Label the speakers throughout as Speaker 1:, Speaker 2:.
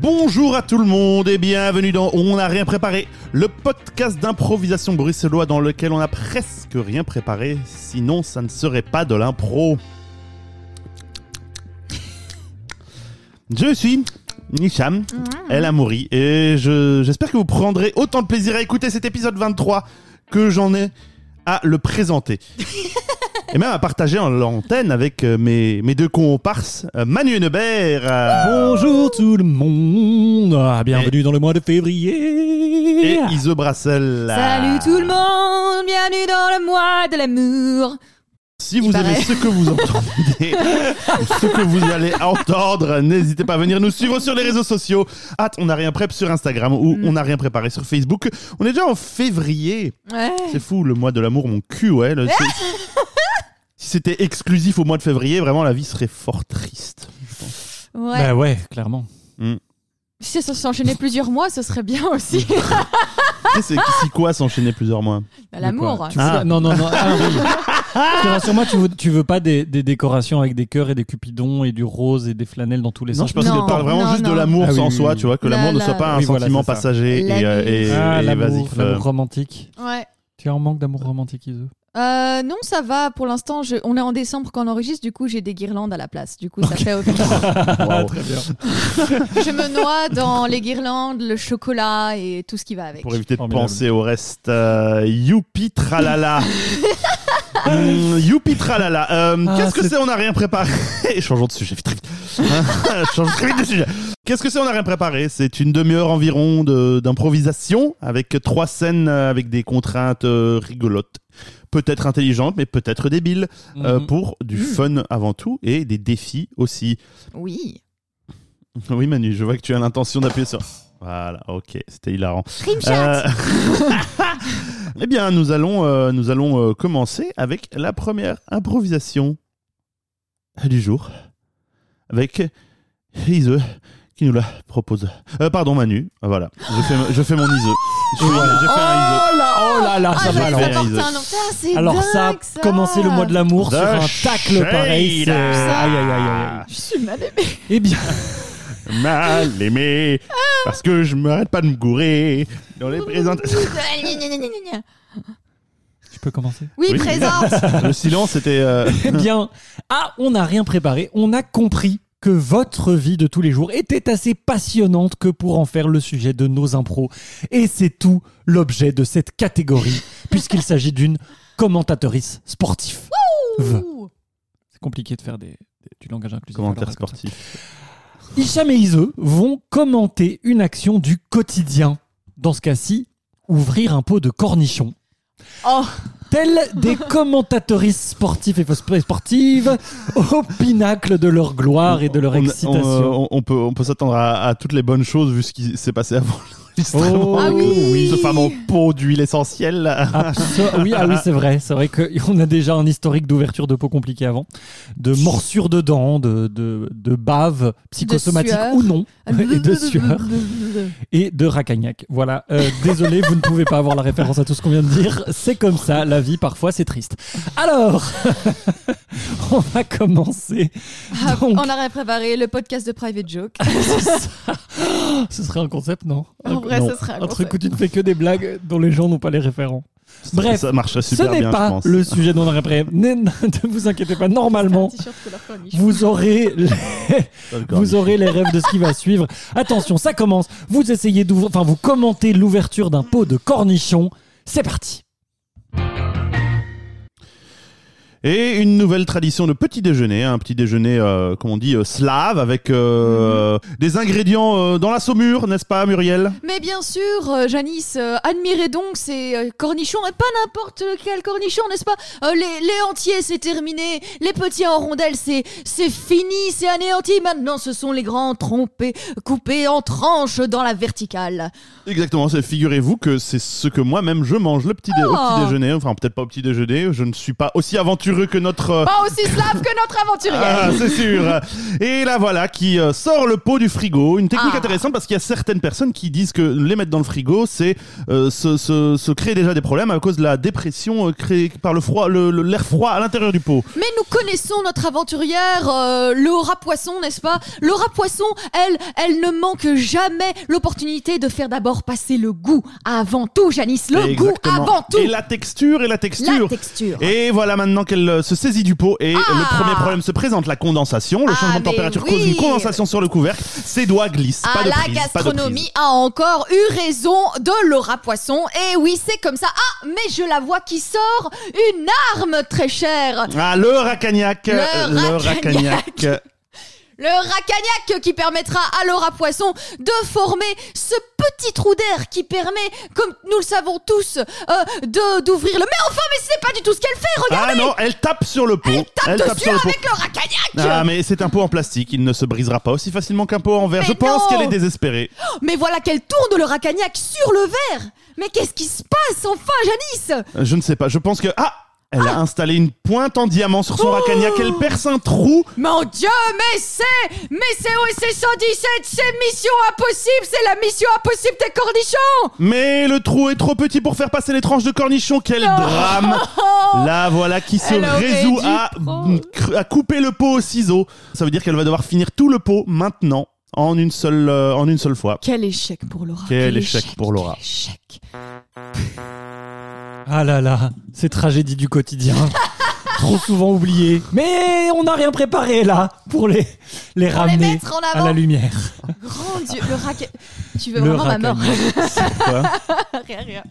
Speaker 1: Bonjour à tout le monde et bienvenue dans On n'a rien préparé, le podcast d'improvisation bruxellois dans lequel on n'a presque rien préparé, sinon ça ne serait pas de l'impro. Je suis Nisham, El Amouri, et je- j'espère que vous prendrez autant de plaisir à écouter cet épisode 23 que j'en ai à le présenter. Et même à partager en l'antenne avec euh, mes, mes deux comparses, euh, Manu Hennebert. euh,
Speaker 2: Bonjour tout le monde, Ah, bienvenue dans le mois de février.
Speaker 1: et Ise Brassel.
Speaker 3: Salut tout le monde, bienvenue dans le mois de l'amour.
Speaker 1: Si vous
Speaker 3: Il
Speaker 1: aimez
Speaker 3: paraît.
Speaker 1: ce que vous entendez, ce que vous allez entendre, n'hésitez pas à venir nous suivre sur les réseaux sociaux. Hâte, on n'a rien prep sur Instagram ou
Speaker 3: Mm.
Speaker 1: on n'a rien préparé sur Facebook. On est déjà en février.
Speaker 3: Ouais.
Speaker 1: C'est fou, le mois de l'amour, mon cul, ouais. le- c'est- si c'était exclusif au mois de février, vraiment la vie serait fort triste.
Speaker 3: ouais.
Speaker 2: Bah ouais, clairement.
Speaker 3: Si ça s'enchaînait plusieurs mois, ce serait bien aussi.
Speaker 1: Tu sais, c'est si quoi s'enchaîner plusieurs mois
Speaker 3: Bah, L'amour.
Speaker 2: De quoi Tu veux-
Speaker 1: Ah.
Speaker 2: Non, non, non. Ah, oui. Je te rassure, moi, tu veux, tu veux pas des, des décorations avec des cœurs et des cupidons et du rose et des flanelles dans tous les
Speaker 1: Non,
Speaker 2: sens.
Speaker 1: je pense
Speaker 3: Non,
Speaker 1: qu'elle parle vraiment
Speaker 3: non,
Speaker 1: juste de
Speaker 3: non.
Speaker 1: l'amour
Speaker 2: Ah oui,
Speaker 1: sans
Speaker 2: oui,
Speaker 1: soi,
Speaker 2: oui.
Speaker 1: tu vois, que
Speaker 3: La-
Speaker 1: l'amour ne
Speaker 3: la-
Speaker 1: soit pas un
Speaker 2: Oui, voilà,
Speaker 1: sentiment
Speaker 2: c'est ça.
Speaker 1: passager
Speaker 3: La
Speaker 1: et, euh,
Speaker 3: vie.
Speaker 1: et-
Speaker 2: Ah,
Speaker 1: et
Speaker 2: l'amour,
Speaker 1: évasif.
Speaker 2: l'amour romantique.
Speaker 3: Ouais.
Speaker 2: Tu es en manque d'amour romantique, Iso
Speaker 3: Euh, non, ça va. Pour l'instant, je... on est en décembre quand on enregistre. Du coup, j'ai des guirlandes à la place. Du coup, ça fait.
Speaker 1: Wow.
Speaker 2: bien.
Speaker 3: je me noie dans les guirlandes, le chocolat et tout ce qui va avec.
Speaker 1: Pour éviter de
Speaker 2: Formidable.
Speaker 1: penser au reste, euh, youpi tralala. Mm, youpi tralala. Euh,
Speaker 2: Ah,
Speaker 1: Qu'est-ce que
Speaker 2: c'est-
Speaker 1: c'est On n'a rien préparé. Changeons de sujet, vite, très vite. Changeons très vite de sujet. Qu'est-ce que c'est On n'a rien préparé. C'est une demi-heure environ de- d'improvisation avec trois scènes euh, avec des contraintes euh, rigolotes. Peut-être intelligentes, mais peut-être débiles. euh, pour du
Speaker 3: Mhm.
Speaker 1: fun avant tout et des défis aussi.
Speaker 3: Oui.
Speaker 2: Mhm.
Speaker 1: Oui, Manu, je vois que tu as l'intention d'appuyer sur. Voilà, ok, c'était hilarant. Euh, eh bien, nous allons, euh, nous allons euh, commencer avec la première improvisation du jour. Avec Ise qui nous la propose. Euh, pardon, Manu. Ah, Voilà, je fais, je fais mon Ise. Je,
Speaker 2: voilà.
Speaker 1: je fais un Ise.
Speaker 2: Oh là, oh là là, ça
Speaker 1: Ah,
Speaker 2: va
Speaker 1: j'ai
Speaker 2: alors.
Speaker 1: fait réaliser.
Speaker 3: Ah,
Speaker 2: Alors ça a commencé le mois de l'amour
Speaker 1: The
Speaker 2: Oh, sur un tacle pareil.
Speaker 1: shade.
Speaker 2: c'est- Aïe, aïe, aïe, aïe, aïe.
Speaker 3: Je suis mal aimée.
Speaker 2: Eh bien,
Speaker 1: Mal aimé, parce que je m'arrête pas de me gourer dans les présentations.
Speaker 2: tu peux commencer
Speaker 3: Oui,
Speaker 1: Oui.
Speaker 3: présente.
Speaker 1: Le silence était. euh,
Speaker 2: Eh bien, ah, on n'a rien préparé. On a compris que votre vie de tous les jours était assez passionnante que pour en faire le sujet de nos impros. Et c'est tout l'objet de cette catégorie, puisqu'il s'agit d'une commentatrice sportive. V.
Speaker 3: Ouh.
Speaker 2: C'est compliqué de faire des, des- du langage inclusif.
Speaker 1: Commentaire
Speaker 2: alors, comme ça.
Speaker 1: sportif.
Speaker 2: Hicham et Ise vont commenter une action du quotidien. Dans ce cas-ci, ouvrir un pot de cornichons.
Speaker 3: Oh.
Speaker 2: Tels des commentatrices sportifs et fausses- sportives au pinacle de leur gloire et de leur
Speaker 1: On- on-
Speaker 2: excitation.
Speaker 1: On, euh, on peut, on peut s'attendre à, à toutes les bonnes choses vu ce qui s'est passé avant l'enregistrement.
Speaker 2: Oh,
Speaker 3: Ah oui. oui.
Speaker 1: Ce fameux pot d'huile essentielle. là.
Speaker 2: Abso- oui, ah oui, c'est vrai. C'est vrai qu'on a déjà un historique d'ouverture de peau compliquée avant, de morsures de dents, de, de, de baves psychosomatiques
Speaker 3: sueur.
Speaker 2: ou non, et de sueur. et de Racagnac. Voilà, Euh, désolé, vous ne pouvez pas avoir la référence à tout ce qu'on vient de dire. C'est comme ça, la vie parfois c'est triste. Alors, on va commencer.
Speaker 3: Ah,
Speaker 2: Donc-
Speaker 3: On aurait préparé le podcast de Private Joke.
Speaker 2: Ce serait un concept, non
Speaker 3: En vrai,
Speaker 2: Non.
Speaker 3: ce serait un
Speaker 2: Un truc
Speaker 3: concept.
Speaker 2: où tu ne fais que des blagues dont les gens n'ont pas les référents. Bref,
Speaker 1: ça marche
Speaker 2: Ce
Speaker 1: super
Speaker 2: n'est
Speaker 1: bien, je
Speaker 2: pas
Speaker 1: pense.
Speaker 2: le sujet dont on a pré- Ne ne vous inquiétez pas, normalement,
Speaker 3: C'est un t-shirt couleur corniche.
Speaker 2: vous aurez les-
Speaker 1: D'accord.
Speaker 2: Vous aurez les rêves de ce qui va suivre. Attention, ça commence. Vous essayez d'ouvrir, enfin, vous commentez l'ouverture d'un pot de cornichons. C'est parti.
Speaker 1: Et une nouvelle tradition de petit déjeuner, hein, un petit déjeuner, euh, comme on dit, euh, slave, avec euh,
Speaker 2: Mhm.
Speaker 1: des ingrédients euh, dans la saumure, n'est-ce pas, Muriel
Speaker 3: Mais bien sûr, euh, Janice, euh, admirez donc ces euh, cornichons, et pas n'importe quel cornichon, n'est-ce pas Euh, les, les entiers, c'est terminé, les petits en rondelles, c'est, c'est fini, c'est anéanti, maintenant ce sont les grands trompés, coupés en tranches dans la verticale.
Speaker 1: Exactement, c'est- figurez-vous que c'est ce que moi-même je mange le petit, dé- au
Speaker 3: Oh.
Speaker 1: petit déjeuner, enfin peut-être pas au petit déjeuner, je ne suis pas aussi aventureux que notre... euh,
Speaker 3: Pas aussi slave que notre aventurière.
Speaker 1: Ah, c'est sûr. Et là voilà qui euh, sort le pot du frigo. Une technique
Speaker 3: Ah.
Speaker 1: intéressante parce qu'il y a certaines personnes qui disent que les mettre dans le frigo, c'est euh, se, se- se créer déjà des problèmes à cause de la dépression euh, créée par le froid, le- le- l'air froid à l'intérieur du pot.
Speaker 3: Mais nous connaissons notre aventurière, euh, Laura Poisson, n'est-ce pas Laura Poisson, elle, elle ne manque jamais l'opportunité de faire d'abord passer le goût avant tout, Janice. Le
Speaker 1: Exactement.
Speaker 3: goût avant tout.
Speaker 1: Et la texture et la
Speaker 3: La
Speaker 1: texture.
Speaker 3: texture.
Speaker 1: Et voilà maintenant qu'elle euh, se saisit du pot et le premier problème se présente, la condensation. Le
Speaker 3: Ah,
Speaker 1: changement de
Speaker 3: mais
Speaker 1: température
Speaker 3: oui.
Speaker 1: cause une condensation sur le couvercle. Ses doigts glissent.
Speaker 3: Ah,
Speaker 1: pas de
Speaker 3: la
Speaker 1: prise, pas de prise.
Speaker 3: gastronomie a encore eu raison de Laura Poisson. Et oui, c'est comme ça. Ah, mais je la vois qui sort une arme très chère.
Speaker 1: Ah, le racagnac.
Speaker 3: Le
Speaker 1: euh,
Speaker 3: racagnac. Le racagnac qui permettra à Laura Poisson de former ce petit trou d'air qui permet, comme nous le savons tous, euh, de d'ouvrir le. Mais enfin, mais c'est pas du tout ce qu'elle fait. Regarde,
Speaker 1: Ah non, elle Ah, tape sur le pot.
Speaker 3: elle tape dessus
Speaker 1: sur le pot.
Speaker 3: avec le racagnac.
Speaker 1: Ah, mais c'est un pot en plastique, il ne se brisera pas aussi facilement qu'un pot en verre.
Speaker 3: Mais
Speaker 1: Je pense
Speaker 3: non
Speaker 1: qu'elle est désespérée.
Speaker 3: Mais voilà qu'elle tourne le racagnac sur le verre. Mais qu'est-ce qui se passe enfin, Janice
Speaker 1: Euh, Je ne sais pas, je pense que. Ah Elle a installé une pointe en diamant sur son
Speaker 3: Oh.
Speaker 1: racagnac, elle perce un trou.
Speaker 3: Mon Dieu, mais c'est, mais c'est OSC 117, c'est Mission Impossible, c'est la Mission Impossible des cornichons.
Speaker 1: Mais le trou est trop petit pour faire passer les tranches de cornichons. Quel drame Là, voilà qui se
Speaker 3: Elle aurait
Speaker 1: résout
Speaker 3: dû
Speaker 1: à,
Speaker 3: prendre.
Speaker 1: à couper le pot au ciseau. Ça veut dire qu'elle va devoir finir tout le pot maintenant, en une seule, euh, en une seule fois.
Speaker 3: Quel échec pour Laura.
Speaker 1: Quel échec pour Laura.
Speaker 3: quel échec.
Speaker 2: Ah là là, ces tragédies du quotidien. Trop souvent oubliées. Mais on n'a rien préparé là pour les, les ramener
Speaker 3: mettre en
Speaker 2: à
Speaker 3: avant.
Speaker 2: la lumière.
Speaker 3: Grand Dieu, le racagnac. Tu veux
Speaker 2: Le
Speaker 3: vraiment ma mort
Speaker 2: racagnac.
Speaker 1: Quoi
Speaker 3: Rien, rien.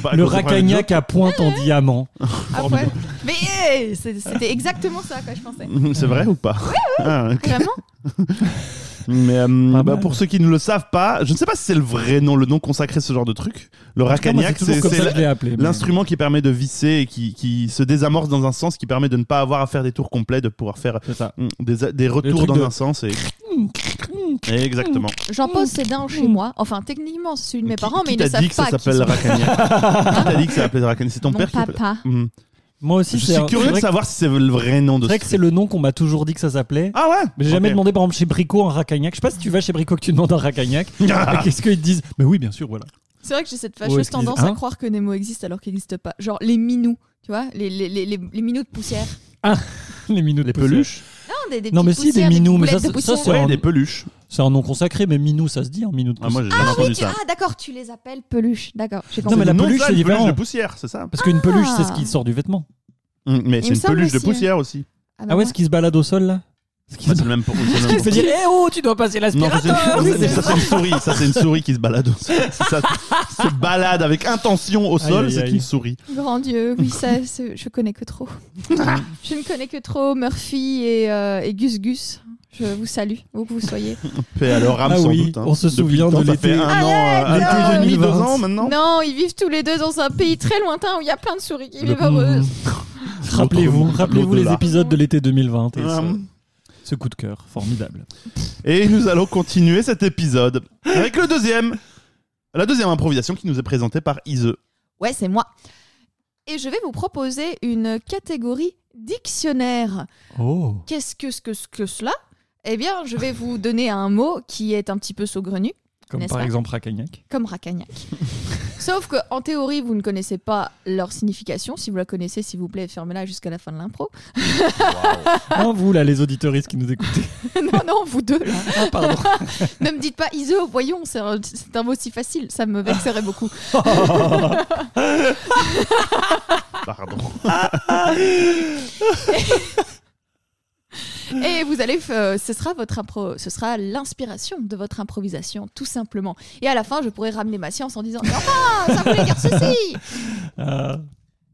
Speaker 1: Bah, à
Speaker 2: Le
Speaker 1: cause de problème
Speaker 2: racagnac à pointe en diamant.
Speaker 3: Ah ouais. Mais eh, c'est- c'était exactement ça, quoi, je pensais.
Speaker 1: de- C'est vrai ou pas Ah, ok.
Speaker 3: Vraiment
Speaker 1: Mais euh,
Speaker 2: Pas
Speaker 1: bah,
Speaker 2: mal.
Speaker 1: pour ceux qui ne le savent pas, je ne sais pas si c'est le vrai nom, le nom consacré à ce genre de truc. Le
Speaker 2: En tout cas, moi,
Speaker 1: racagnac,
Speaker 2: c'est toujours
Speaker 1: c'est
Speaker 2: comme ça
Speaker 1: c'est
Speaker 2: que je l'ai appelé. mais-
Speaker 1: l'instrument qui permet de visser et qui, qui se désamorce dans un sens, qui permet de ne pas avoir à faire des tours complets, de pouvoir faire
Speaker 2: C'est ça.
Speaker 1: mm, des, des retours
Speaker 2: trucs
Speaker 1: dans
Speaker 2: de-
Speaker 1: un sens. Et... Exactement.
Speaker 3: J'en
Speaker 2: Oh.
Speaker 3: pose c'est d'un chez moi. Enfin, techniquement, c'est celui de mes
Speaker 1: Qui-
Speaker 3: parents, mais
Speaker 1: qui
Speaker 3: ils ne
Speaker 1: t'a
Speaker 3: savent
Speaker 1: dit que ça
Speaker 3: pas.
Speaker 1: s'appelle
Speaker 3: sont-
Speaker 1: racagnac Qui t'a dit que ça s'appelait racagnac C'est ton
Speaker 3: Mon
Speaker 1: père qui appelle-
Speaker 3: papa.
Speaker 1: Mm.
Speaker 2: Moi aussi,
Speaker 1: Je
Speaker 2: c'est un-
Speaker 1: suis curieux
Speaker 2: c'est
Speaker 1: de
Speaker 2: vrai que-
Speaker 1: savoir si c'est le vrai nom de
Speaker 2: C'est
Speaker 1: ce
Speaker 2: vrai que c'est le nom qu'on m'a toujours dit que ça s'appelait.
Speaker 1: Ah ouais
Speaker 2: Mais j'ai jamais demandé, par exemple, chez Brico un racagnac. Je sais pas si tu vas chez Brico que tu demandes un racagnac.
Speaker 1: demandé.
Speaker 2: Qu'est-ce qu'ils te disent Mais oui, bien sûr, voilà.
Speaker 3: C'est vrai que j'ai cette
Speaker 2: Ouais,
Speaker 3: fâcheuse
Speaker 2: est-ce qu'ils-
Speaker 3: tendance à
Speaker 2: hein
Speaker 3: croire que Nemo existe alors qu'il n'existe pas. Genre les minous, tu vois, les, les, les, les- les minous de poussière.
Speaker 2: Les minous de
Speaker 1: Les
Speaker 2: poussière.
Speaker 1: peluches
Speaker 3: Non, des, des
Speaker 2: Non,
Speaker 3: petites
Speaker 2: mais si, des
Speaker 3: poussières, des
Speaker 2: minous, mais
Speaker 3: petites
Speaker 2: ça,
Speaker 3: boulettes de
Speaker 2: ça,
Speaker 3: poussière.
Speaker 2: c'est
Speaker 1: Ouais,
Speaker 2: un-
Speaker 1: des peluches.
Speaker 2: C'est un nom consacré, mais minou, ça se dit, hein, minou de
Speaker 1: Ah, moi,
Speaker 2: poussière.
Speaker 1: j'ai jamais
Speaker 3: Oui,
Speaker 1: entendu
Speaker 3: tu-
Speaker 1: ça.
Speaker 3: Ah, d'accord, tu les appelles peluches. D'accord, j'ai
Speaker 2: Non,
Speaker 3: compris.
Speaker 2: mais la
Speaker 1: Non,
Speaker 2: peluche,
Speaker 1: ça,
Speaker 2: c'est
Speaker 1: une peluche
Speaker 2: différent.
Speaker 1: de poussière, c'est ça
Speaker 2: Parce qu'une peluche, c'est ce
Speaker 3: Ah.
Speaker 2: qui sort du vêtement.
Speaker 1: Mm, Mais
Speaker 3: me
Speaker 1: c'est une
Speaker 3: semble
Speaker 1: peluche de
Speaker 3: aussi, hein.
Speaker 1: poussière aussi.
Speaker 3: bah
Speaker 2: Ah ouais,
Speaker 3: moi-
Speaker 2: ce qui se balade au sol, là Ce qui
Speaker 1: Bah,
Speaker 2: se
Speaker 1: c'est le même pour- c'est le
Speaker 2: Il
Speaker 1: même
Speaker 2: se
Speaker 1: pour-
Speaker 2: dit Eh oh, tu dois passer
Speaker 1: Non, ça,
Speaker 2: l'aspirateur
Speaker 1: c'est une- ça, c'est une souris, ça c'est une souris qui se balade au sol. C'est Ça, se balade avec intention au
Speaker 2: Aïe,
Speaker 1: sol,
Speaker 2: aïe,
Speaker 1: c'est
Speaker 2: aïe.
Speaker 1: une souris.
Speaker 3: Grand Dieu, oui, ça, c'est- je connais que trop. je ne connais que trop Murphy et, euh, et Gus Gus. Je vous salue, où que vous soyez.
Speaker 1: Paix à leur âme
Speaker 2: Ah
Speaker 1: sans
Speaker 2: oui,
Speaker 1: doute. hein.
Speaker 2: on se
Speaker 1: Depuis
Speaker 2: souvient
Speaker 1: le temps,
Speaker 2: de
Speaker 1: ça
Speaker 2: l'été.
Speaker 1: fait un an, euh,
Speaker 3: Arrête,
Speaker 1: un an et demi, deux
Speaker 2: 2020.
Speaker 1: ans maintenant.
Speaker 3: Non, ils vivent tous les deux dans un pays très lointain où il y a plein de souris qui vivent heureuses.
Speaker 2: Rappelez-vous,
Speaker 1: hmm, L'autre-
Speaker 2: rappelez-vous les
Speaker 1: l'au-delà.
Speaker 2: épisodes de l'été 2020 et ce-
Speaker 1: Hum.
Speaker 2: ce coup de cœur formidable.
Speaker 1: Et nous allons continuer cet épisode avec le deuxième. La deuxième improvisation qui nous est présentée par Ise.
Speaker 3: Ouais, c'est moi. Et je vais vous proposer une catégorie dictionnaire.
Speaker 2: Oh
Speaker 3: Qu'est-ce que ce que, ce que cela Eh bien, je vais vous donner un mot qui est un petit peu saugrenu,
Speaker 2: Comme
Speaker 3: N'est-ce
Speaker 2: par
Speaker 3: pas
Speaker 2: exemple Racagnac.
Speaker 3: comme racagnac. Sauf que en théorie, vous ne connaissez pas leur signification. Si vous la connaissez, s'il vous plaît, fermez-la jusqu'à la fin de l'impro.
Speaker 2: Hein, vous là, les auditoristes qui nous écoutez.
Speaker 3: non, non, vous deux, là.
Speaker 2: Ah, pardon.
Speaker 3: Ne me dites pas ISO, voyons, c'est un, c'est un mot si facile, ça me vexerait beaucoup.
Speaker 1: Pardon.
Speaker 3: Et vous allez, euh, ce sera votre impro, ce sera l'inspiration de votre improvisation, tout simplement. Et à la fin, je pourrai ramener ma science en disant, Mais enfin, ça voulait dire ceci.
Speaker 2: Ah,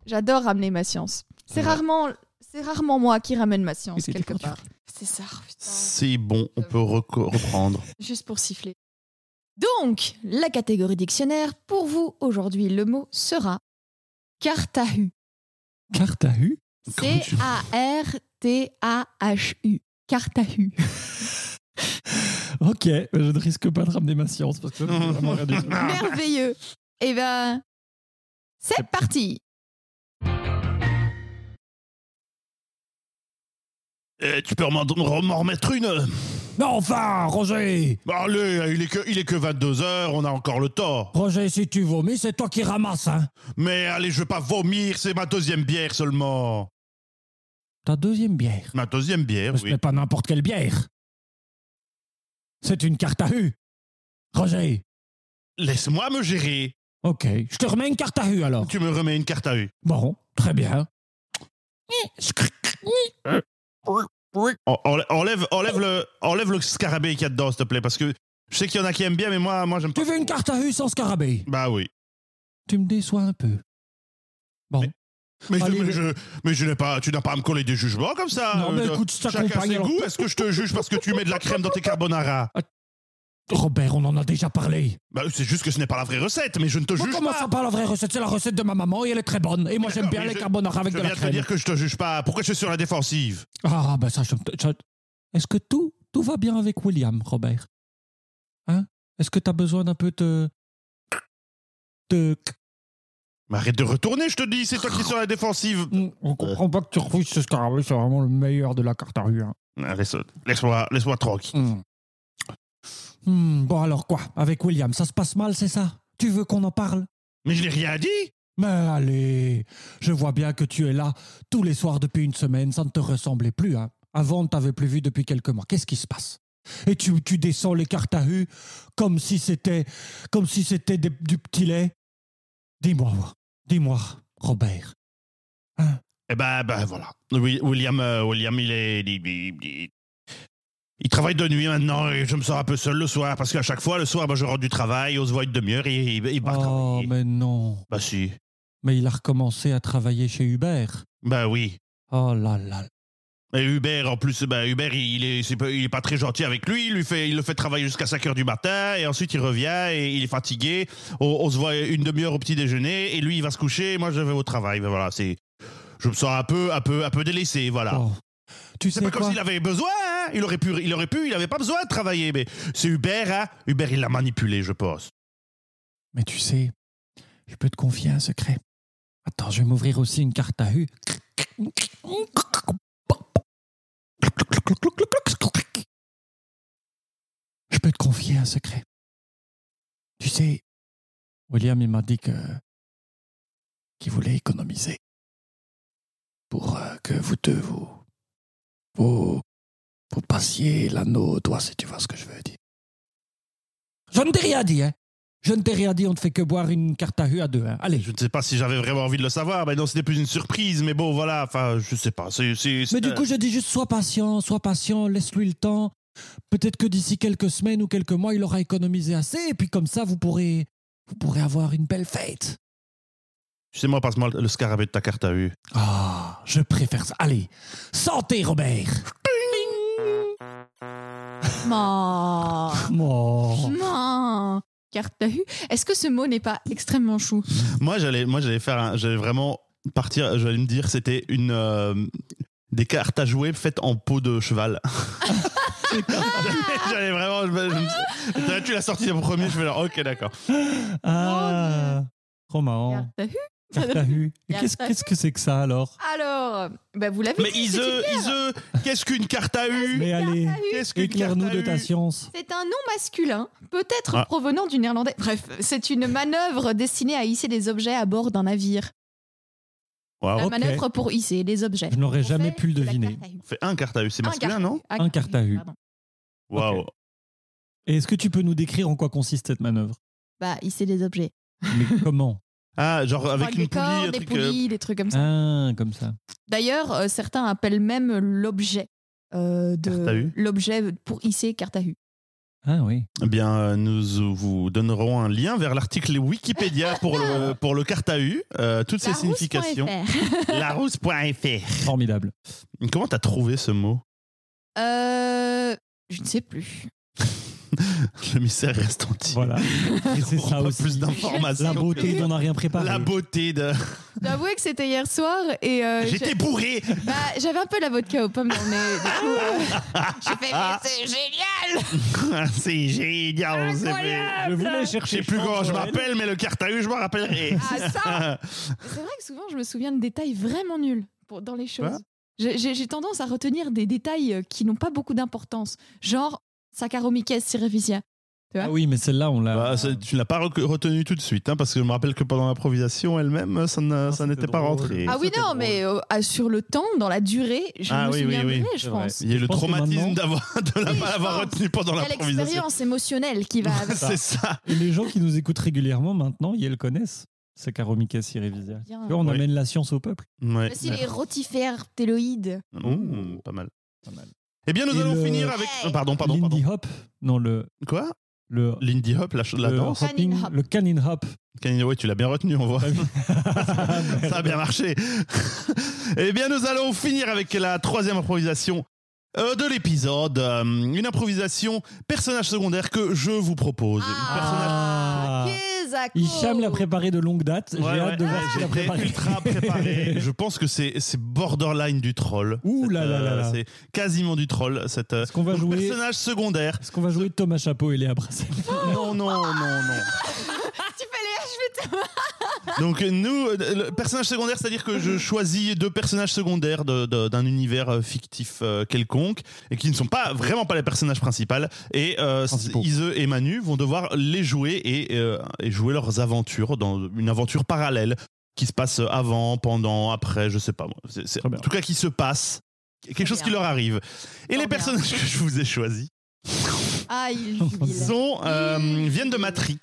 Speaker 3: J'adore ramener ma science. C'est rarement, c'est rarement moi qui ramène ma science
Speaker 2: C'était
Speaker 3: quelque
Speaker 2: quand tu-
Speaker 3: part.
Speaker 4: C'est ça, oh, putain.
Speaker 1: C'est bon, on peut reco- reprendre.
Speaker 4: Juste pour siffler.
Speaker 3: Donc, la catégorie dictionnaire pour vous aujourd'hui, le mot sera Cartahu.
Speaker 2: Carte à U
Speaker 1: Comment tu-
Speaker 3: C A R T A H U. Cartahu.
Speaker 2: Ok, je ne risque pas de ramener ma science parce que ça c'est vraiment rien du tout.
Speaker 1: Ah.
Speaker 3: Merveilleux. Eh ben, c'est parti.
Speaker 1: Eh, tu peux m'en m'en remettre une
Speaker 2: Non, enfin, Roger
Speaker 1: Bah, Allez, il est que, il est que 22h, on a encore le temps.
Speaker 2: Roger, si tu vomis, c'est toi qui ramasses, hein
Speaker 1: Mais allez, je veux pas vomir, c'est ma deuxième bière seulement.
Speaker 2: Ta deuxième bière.
Speaker 1: Ma deuxième bière,
Speaker 2: Mais ce
Speaker 1: Ah oui.
Speaker 2: n'est pas n'importe quelle bière. C'est une carte à U. Roger,
Speaker 1: Laisse-moi me gérer.
Speaker 2: ok, je te remets une carte à U alors.
Speaker 1: Tu me remets une carte à eux.
Speaker 2: Bon, très bien.
Speaker 1: En- enlè- Enlève, enlève le, enlève le scarabée qu'il y a dedans, s'il te plaît, parce que je sais qu'il y en a qui aiment bien, mais moi, moi, j'aime pas.
Speaker 2: Tu veux une carte à U sans scarabée
Speaker 1: Bah oui.
Speaker 2: Tu me déçois un peu. Bon.
Speaker 1: Mais, je-
Speaker 2: Allez,
Speaker 1: mais
Speaker 2: le-
Speaker 1: je, mais je n'ai pas, tu n'as pas à me coller des jugements comme ça.
Speaker 2: Non, mais
Speaker 1: de-
Speaker 2: écoute, hein. je
Speaker 1: Ah, euh, chacun
Speaker 2: t'accompagne,
Speaker 1: ses
Speaker 2: alors.
Speaker 1: goûts. Est-ce que je te juge parce que tu mets de la crème dans tes carbonara
Speaker 2: Robert, on en a déjà parlé.
Speaker 1: Bah, c'est juste que ce n'est pas la vraie recette, mais je ne te
Speaker 2: Moi,
Speaker 1: juge
Speaker 2: comment
Speaker 1: pas.
Speaker 2: ça parle la vraie recette C'est la recette de ma maman et elle est très bonne. Et moi, j'aime
Speaker 1: D'accord,
Speaker 2: bien
Speaker 1: mais
Speaker 2: les
Speaker 1: je-
Speaker 2: carbonara avec
Speaker 1: Je
Speaker 2: de la
Speaker 1: viens de te
Speaker 2: crème.
Speaker 1: dire que je te juge pas. Pourquoi je suis sur la défensive
Speaker 2: Ah, ben ça, je... je- Est-ce que tout, tout va bien avec William, Robert Hein Est-ce que t'as besoin d'un peu de... de...
Speaker 1: Mais arrête de retourner, je te dis, c'est toi qui es sur la défensive.
Speaker 2: On comprend pas que tu refuses ce scarabée, c'est vraiment le meilleur de la carte à rue. hein.
Speaker 1: Ah, laisse- Laisse-moi laisse moi tranquille.
Speaker 2: Hmm. Hmm, bon alors quoi Avec William, ça se passe mal, c'est ça Tu veux qu'on en parle
Speaker 1: Mais je n'ai rien dit.
Speaker 2: Mais allez, je vois bien que tu es là tous les soirs depuis une semaine, ça ne te ressemblait plus. Hein. Avant, on ne t'avait plus vu depuis quelques mois. Qu'est-ce qui se passe Et tu, tu descends les cartes à rue comme si c'était comme si c'était des- du petit lait. Dis-moi, dis-moi, Robert.
Speaker 1: Eh ben, ben voilà. Oui, William, euh, William, il est. Il, il- il- il travaille de nuit maintenant et je me sens un peu seul le soir parce qu'à chaque fois, le soir, moi, je rentre du travail, on se voit une demi-heure et il, il part
Speaker 2: Oh,
Speaker 1: travailler.
Speaker 2: mais non.
Speaker 1: Bah si.
Speaker 2: Mais il a recommencé à travailler chez Uber.
Speaker 1: Bah oui.
Speaker 2: Oh là là.
Speaker 1: Et Hubert, en plus, bah, Hubert, il est, c'est pas- il est pas très gentil avec lui. Il, lui fait, il le fait travailler jusqu'à 5 heures du matin et ensuite il revient et il est fatigué. On, on se voit une demi-heure au petit déjeuner et lui, il va se coucher et moi, je vais au travail. Ben voilà, c'est. Je me sens un peu, un peu, un peu délaissé, voilà.
Speaker 2: Oh. Tu
Speaker 1: Ah. C'est
Speaker 2: sais
Speaker 1: pas comme
Speaker 2: quoi
Speaker 1: s'il avait besoin, hein. il aurait pu, il aurait pu, il avait pas besoin de travailler, mais c'est Hubert, hein. Hubert, il l'a manipulé, je pense.
Speaker 2: Mais tu sais, je peux te confier un secret. Attends, je vais m'ouvrir aussi une carte à U. Je peux te confier un secret. Tu sais, William, il m'a dit que qu'il voulait économiser pour euh, que vous deux vous vous, vous passiez l'anneau au doigt, si tu vois ce que je veux dire. Je ne t'ai rien dit, hein. Je ne t'ai rien dit, on ne fait que boire une carte à rue à deux. hein. Allez.
Speaker 1: Je ne sais pas si j'avais vraiment envie de le savoir, mais non, c'était plus une surprise, mais bon, voilà, enfin, je sais pas, c'est, c'est- c'est-
Speaker 2: Mais du coup, je dis juste sois patient, sois patient, laisse-lui le temps. Peut-être que d'ici quelques semaines ou quelques mois, il aura économisé assez, et puis comme ça, vous pourrez, vous pourrez avoir une belle fête.
Speaker 1: tu sais, moi, passe-moi le scarabée de ta carte à vue.
Speaker 2: Ah, je préfère ça. Allez, santé, Robert.
Speaker 4: Non.
Speaker 2: Oh.
Speaker 4: Non. Carte à vue. Est-ce que ce mot n'est pas extrêmement chou
Speaker 1: Moi, j'allais, moi, j'allais faire, un- j'allais vraiment partir, j'allais me dire, c'était une, euh, des cartes à jouer faites en peau de cheval. j'allais, j'allais vraiment, je me- je me- tu l'as sorti en premier, je fais genre, ok, d'accord.
Speaker 2: Ah, trop marrant.
Speaker 4: Carte à vue.
Speaker 2: Carte à rue. Et
Speaker 4: Carte
Speaker 2: Qu'est-ce
Speaker 4: à rue.
Speaker 2: qu'est-ce que c'est que ça alors
Speaker 4: Alors, bah, vous l'avez
Speaker 1: Mais
Speaker 4: dit. c'est
Speaker 1: Ise,
Speaker 4: une carte
Speaker 1: Ise, qu'est-ce qu'une carte à vue
Speaker 2: Mais allez,
Speaker 4: à vue.
Speaker 1: Qu'est-ce qu'une
Speaker 2: éclaire-nous
Speaker 1: carte à
Speaker 2: de ta
Speaker 1: vue
Speaker 2: science.
Speaker 4: C'est un nom masculin, peut-être
Speaker 1: Ah.
Speaker 4: provenant du néerlandais. Bref, c'est une manœuvre destinée à hisser des objets à bord d'un navire.
Speaker 1: Waouh.
Speaker 4: La
Speaker 2: ok.
Speaker 4: manœuvre pour hisser des objets.
Speaker 2: Je n'aurais
Speaker 4: On
Speaker 2: jamais
Speaker 4: fait
Speaker 2: pu le
Speaker 4: de la
Speaker 2: deviner.
Speaker 4: carte à vue.
Speaker 1: On fait un carte à vue, c'est
Speaker 4: Un
Speaker 1: masculin,
Speaker 4: carte-
Speaker 1: non
Speaker 2: Un carte à vue.
Speaker 4: pardon.
Speaker 1: Waouh.
Speaker 2: Et est-ce que tu peux nous décrire en quoi consiste cette manœuvre
Speaker 4: Bah, hisser des objets.
Speaker 2: Mais comment
Speaker 1: Ah, genre avec
Speaker 4: des
Speaker 1: une poulie, un
Speaker 4: cordes, des
Speaker 1: truc. euh,
Speaker 4: poulies, des trucs comme ça.
Speaker 2: Ah, comme ça.
Speaker 4: D'ailleurs, euh, certains appellent même l'objet euh,
Speaker 1: Carte à
Speaker 4: de
Speaker 1: vue.
Speaker 4: l'objet pour hisser carte à vue.
Speaker 2: Ah oui.
Speaker 1: Eh bien, euh, nous vous donnerons un lien vers l'article Wikipédia pour le, pour le carte à vue, euh, toutes
Speaker 4: Bah,
Speaker 1: ses significations.
Speaker 4: Larousse.fr.
Speaker 1: Larousse.fr.
Speaker 2: Formidable.
Speaker 1: Comment t'as trouvé ce mot
Speaker 4: Euh, je ne sais plus.
Speaker 1: Le mystère reste entier.
Speaker 2: Voilà. Et c'est
Speaker 1: On
Speaker 2: ça
Speaker 1: aura
Speaker 2: aussi.
Speaker 1: plus
Speaker 2: La
Speaker 1: d'informations.
Speaker 2: beauté dont on n'a rien préparé.
Speaker 1: La beauté
Speaker 3: Euh,
Speaker 1: de.
Speaker 4: J'avouais que c'était hier soir et euh,
Speaker 1: J'étais
Speaker 4: j'ai-
Speaker 1: bourré
Speaker 4: bah, j'avais un peu la vodka aux pommes dans le nez. Du
Speaker 1: Ah
Speaker 4: coup, euh, j'ai fait, mais
Speaker 3: Ah.
Speaker 4: c'est génial!
Speaker 1: C'est génial c'est-
Speaker 2: Je voulais
Speaker 1: Je
Speaker 2: chercher.
Speaker 1: sais plus comment je
Speaker 2: Noël.
Speaker 1: m'appelle, mais le carte à vue, je m'en rappellerai.
Speaker 3: Ah,
Speaker 4: Ah, ça! C'est vrai que souvent, je me souviens de détails vraiment nuls pour, dans les choses.
Speaker 1: Quoi
Speaker 3: J'ai- J'ai j'ai tendance à retenir des détails euh, qui n'ont pas beaucoup d'importance, genre Saccharomyces cerevisiae.
Speaker 2: Ah oui, mais celle-là, on l'a.
Speaker 1: Bah, ça- tu l'as pas rec- retenu tout de suite, hein, parce que je me rappelle que pendant l'improvisation elle-même, ça n'a-
Speaker 2: Non,
Speaker 1: ça
Speaker 2: c'était
Speaker 1: n'était pas
Speaker 2: drôle.
Speaker 1: rentré.
Speaker 3: Ah oui,
Speaker 2: c'était
Speaker 3: non,
Speaker 2: drôle.
Speaker 3: mais euh, ah, sur le temps, dans la durée, je
Speaker 1: Ah
Speaker 3: me
Speaker 1: oui, oui,
Speaker 3: souviendrai,
Speaker 1: oui.
Speaker 3: je
Speaker 2: C'est vrai.
Speaker 3: pense.
Speaker 1: Il y a eu le
Speaker 2: Je pense que
Speaker 1: traumatisme
Speaker 2: maintenant-
Speaker 1: d'avoir de la
Speaker 3: Oui,
Speaker 1: pas
Speaker 3: je
Speaker 1: l'avoir
Speaker 3: pense.
Speaker 1: retenu pendant
Speaker 3: Il y a
Speaker 1: l'improvisation.
Speaker 3: l'expérience émotionnelle qui va avec.
Speaker 1: C'est ça.
Speaker 2: Et les gens qui nous écoutent régulièrement maintenant, ils le connaissent. C'est Caromika Sirevisia.
Speaker 3: Bien.
Speaker 2: on
Speaker 1: Oui.
Speaker 2: amène la science au peuple.
Speaker 1: Ouais.
Speaker 3: Voici les rotifères téloïdes.
Speaker 1: Mmh, pas mal.
Speaker 2: Pas mal.
Speaker 1: Eh bien, nous
Speaker 2: Et
Speaker 1: allons
Speaker 2: le-
Speaker 1: finir avec.
Speaker 3: Hey.
Speaker 1: Pardon, pardon, pardon.
Speaker 2: Lindy Hop. Non, le.
Speaker 1: Quoi
Speaker 2: Le,
Speaker 1: Lindy Hop, la, ch- la
Speaker 2: le
Speaker 1: danse
Speaker 2: hopping-
Speaker 3: Canning hop.
Speaker 2: Le canning hop.
Speaker 1: Kanye, ouais, tu l'as bien retenu, on voit.
Speaker 2: Ah oui.
Speaker 1: ça a bien marché. eh bien, nous allons finir avec la troisième improvisation euh, de l'épisode. Euh, une improvisation personnage secondaire que je vous propose. Une personnage-
Speaker 2: Ah.
Speaker 3: Kesako.
Speaker 2: Hicham l'a préparé de longue date. J'ai
Speaker 1: Ouais, ouais,
Speaker 2: hâte de voir
Speaker 1: ouais,
Speaker 2: ce qu'il a
Speaker 1: j'étais
Speaker 2: préparé.
Speaker 1: ultra préparé. je pense que c'est c'est borderline du troll.
Speaker 2: Ouh
Speaker 1: Cette,
Speaker 2: là là là
Speaker 1: euh,
Speaker 2: là.
Speaker 1: C'est quasiment du troll. Cette, euh,
Speaker 2: Est-ce qu'on va
Speaker 1: donc,
Speaker 2: jouer-
Speaker 1: personnage secondaire.
Speaker 2: Est-ce qu'on va jouer Thomas Chapeau et Léa Brassel
Speaker 1: non, non, non, non.
Speaker 3: Ah, Tu fais les-
Speaker 1: Donc euh, nous, euh, le personnage secondaire, c'est-à-dire que je choisis deux personnages secondaires de- de- d'un univers euh, fictif euh, quelconque et qui ne sont pas vraiment pas les personnages principaux. Et euh,
Speaker 2: Principaux.
Speaker 1: Ise et Manu vont devoir les jouer et, euh, et jouer leurs aventures dans une aventure parallèle qui se passe avant, pendant, après, je sais pas. moi. C'est- c'est-
Speaker 2: Très
Speaker 1: en
Speaker 2: bien.
Speaker 1: tout cas, qui se passe quelque chose qui
Speaker 3: bien.
Speaker 1: leur arrive. Et
Speaker 3: Très
Speaker 1: les
Speaker 3: bien.
Speaker 1: personnages que je vous ai choisis
Speaker 3: Ah, il jubile.
Speaker 1: sont euh, viennent de Matrix.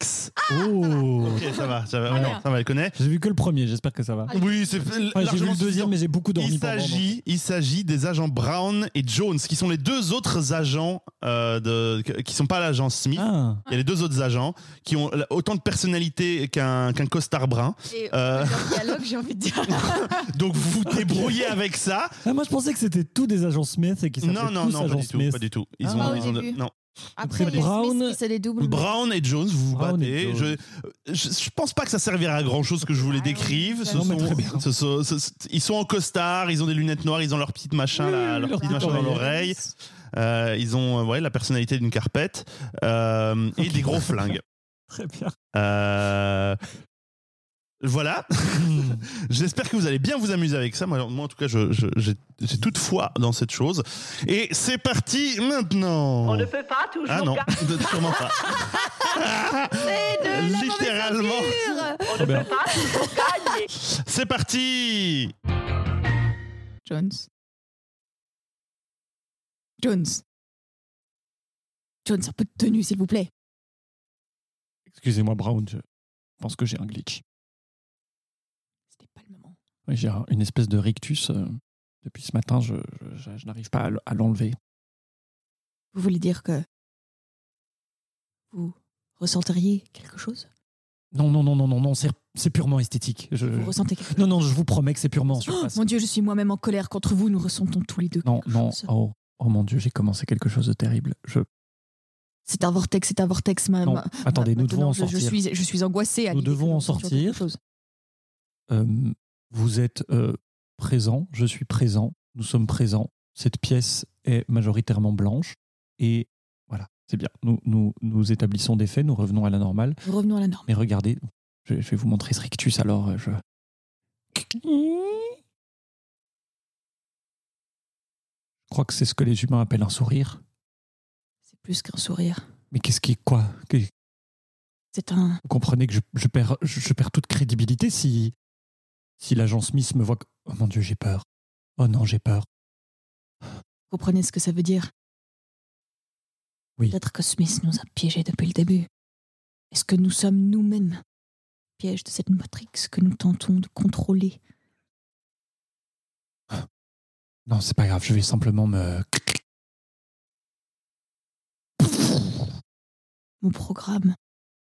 Speaker 3: Ah.
Speaker 2: Oh
Speaker 1: Ok, Ah, ça va, ça va,
Speaker 3: Très
Speaker 1: non,
Speaker 3: bien.
Speaker 1: ça va, elle connaît.
Speaker 2: J'ai vu que le premier, j'espère que ça
Speaker 3: Ah,
Speaker 2: va.
Speaker 1: Oui, c'est
Speaker 2: Enfin, j'ai vu le deuxième, mais j'ai beaucoup dormi
Speaker 1: Il
Speaker 2: pendant.
Speaker 1: s'agit, il s'agit des agents Brown et Jones, qui sont les deux autres agents euh, de, que- qui sont pas l'agent Smith.
Speaker 2: Ah,
Speaker 1: Il y a les deux autres agents qui ont la- autant de personnalité qu'un qu'un costard brun.
Speaker 3: Et
Speaker 1: Euh.
Speaker 3: leur dialogue, j'ai envie de dire.
Speaker 1: Donc vous vous débrouillez avec ça.
Speaker 2: Ah, moi je pensais que c'était tous des agents Smith et qu'ils s'appelaient
Speaker 1: Non, non,
Speaker 2: tous
Speaker 1: non, pas
Speaker 2: agents
Speaker 1: du tout,
Speaker 2: Smith.
Speaker 1: pas du tout. Ils
Speaker 2: Ah,
Speaker 1: ont,
Speaker 3: au
Speaker 1: ils ont de-
Speaker 3: début.
Speaker 1: non.
Speaker 3: Après, il y a
Speaker 2: Brown.
Speaker 3: Smith qui se les double.
Speaker 1: Brown et Jones, vous vous
Speaker 2: Brown
Speaker 1: battez.
Speaker 2: et
Speaker 1: Je, je, je pense pas que ça servira à grand chose que je vous les
Speaker 3: Ah oui,
Speaker 1: décrive. Ce
Speaker 2: non, mais
Speaker 1: sont-
Speaker 2: très bien.
Speaker 1: ce sont- ce- ce- ils sont en costard, ils ont des lunettes noires, ils ont leur petite machin,
Speaker 2: Oui,
Speaker 1: là,
Speaker 2: leur
Speaker 1: leur petit
Speaker 2: petite
Speaker 1: machin dans
Speaker 2: oreillette.
Speaker 1: l'oreille. Euh, ils ont euh, ouais, la personnalité d'une carpette euh, et des gros flingues.
Speaker 2: Très bien.
Speaker 1: Euh, voilà. J'espère que vous allez bien vous amuser avec ça. Moi, moi, en tout cas, je- je- j'ai j'ai toute foi dans cette chose. Et c'est parti maintenant.
Speaker 5: On ne peut pas toujours
Speaker 1: ah non,
Speaker 5: garder-
Speaker 1: sûrement pas.
Speaker 3: C'est de la mauvaise
Speaker 1: Littéralement.
Speaker 3: augure.
Speaker 5: on
Speaker 1: Ah
Speaker 2: Très
Speaker 1: ben
Speaker 5: ne
Speaker 2: bien.
Speaker 5: peut pas toujours gagner.
Speaker 1: C'est parti.
Speaker 3: Jones. Jones. Jones, un peu de tenue, s'il vous plaît.
Speaker 2: Excusez-moi, Brown, je pense que j'ai un glitch.
Speaker 3: C'était pas le moment.
Speaker 2: Oui, j'ai un- une espèce de rictus. euh, Depuis ce matin, je, je- je- je n'arrive pas à l- à l'enlever.
Speaker 3: Vous voulez dire que vous ressentiriez quelque chose
Speaker 2: Non, non, non, non, non, non, c'est c'est purement esthétique. Je-
Speaker 3: Vous ressentez quelque chose
Speaker 2: non, non, je vous promets que c'est purement en surface.
Speaker 3: Mon Dieu, je suis moi-même en colère contre vous. Nous ressentons tous les deux
Speaker 2: non,
Speaker 3: quelque
Speaker 2: non,
Speaker 3: chose.
Speaker 2: oh, oh mon Dieu, j'ai commencé quelque chose de terrible. Je,
Speaker 3: C'est un vortex, c'est un vortex. ma-
Speaker 2: non,
Speaker 3: Ah, ma-
Speaker 2: attendez, nous devons
Speaker 3: maintenant,
Speaker 2: en
Speaker 3: je-
Speaker 2: sortir.
Speaker 3: Je suis, je suis angoissée. À
Speaker 2: Nous
Speaker 3: l'idée
Speaker 2: devons
Speaker 3: que
Speaker 2: en
Speaker 3: ressentions
Speaker 2: sortir.
Speaker 3: quelque chose.
Speaker 2: Euh, vous êtes euh, présent, je suis présent, nous sommes présents. Cette pièce est majoritairement blanche et voilà, c'est bien. Nous, nous, nous établissons des faits, nous revenons à la normale.
Speaker 3: Nous revenons à la norme.
Speaker 2: Mais regardez, je, je vais vous montrer ce rictus alors. euh, Je... Je crois que c'est ce que les humains appellent un sourire.
Speaker 3: C'est plus qu'un sourire.
Speaker 2: Mais qu'est-ce qui quoi Que- Vous
Speaker 3: C'est un.
Speaker 2: comprenez que je, je perds, je, je perds toute crédibilité si, si l'agent Smith me voit que... Oh mon Dieu, j'ai peur. Oh non, j'ai peur.
Speaker 3: Vous comprenez ce que ça veut dire
Speaker 2: Oui.
Speaker 3: Peut-être que Smith nous a piégés depuis le début. Est-ce que nous sommes nous-mêmes pièges de cette matrix que nous tentons de contrôler
Speaker 2: Non, c'est pas grave, je vais simplement me...
Speaker 3: Mon programme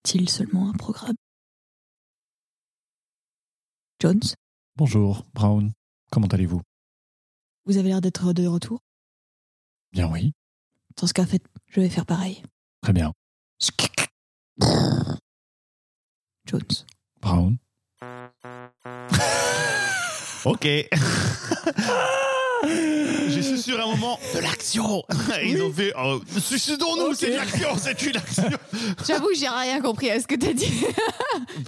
Speaker 3: est-il seulement un programme Jones,
Speaker 2: Bonjour, Brown. Comment allez-vous
Speaker 3: vous avez l'air d'être de retour.
Speaker 2: Bien, oui.
Speaker 3: Dans ce cas, faites, je vais faire pareil.
Speaker 2: Très bien.
Speaker 3: Jones.
Speaker 2: Brown.
Speaker 1: Ok. J'ai su sur un moment de l'action. Et Ils ont fait oh, suicidons-nous,
Speaker 3: Ok.
Speaker 1: c'est de l'action, c'est une action.
Speaker 3: J'avoue, j'ai rien compris à ce que t'as dit.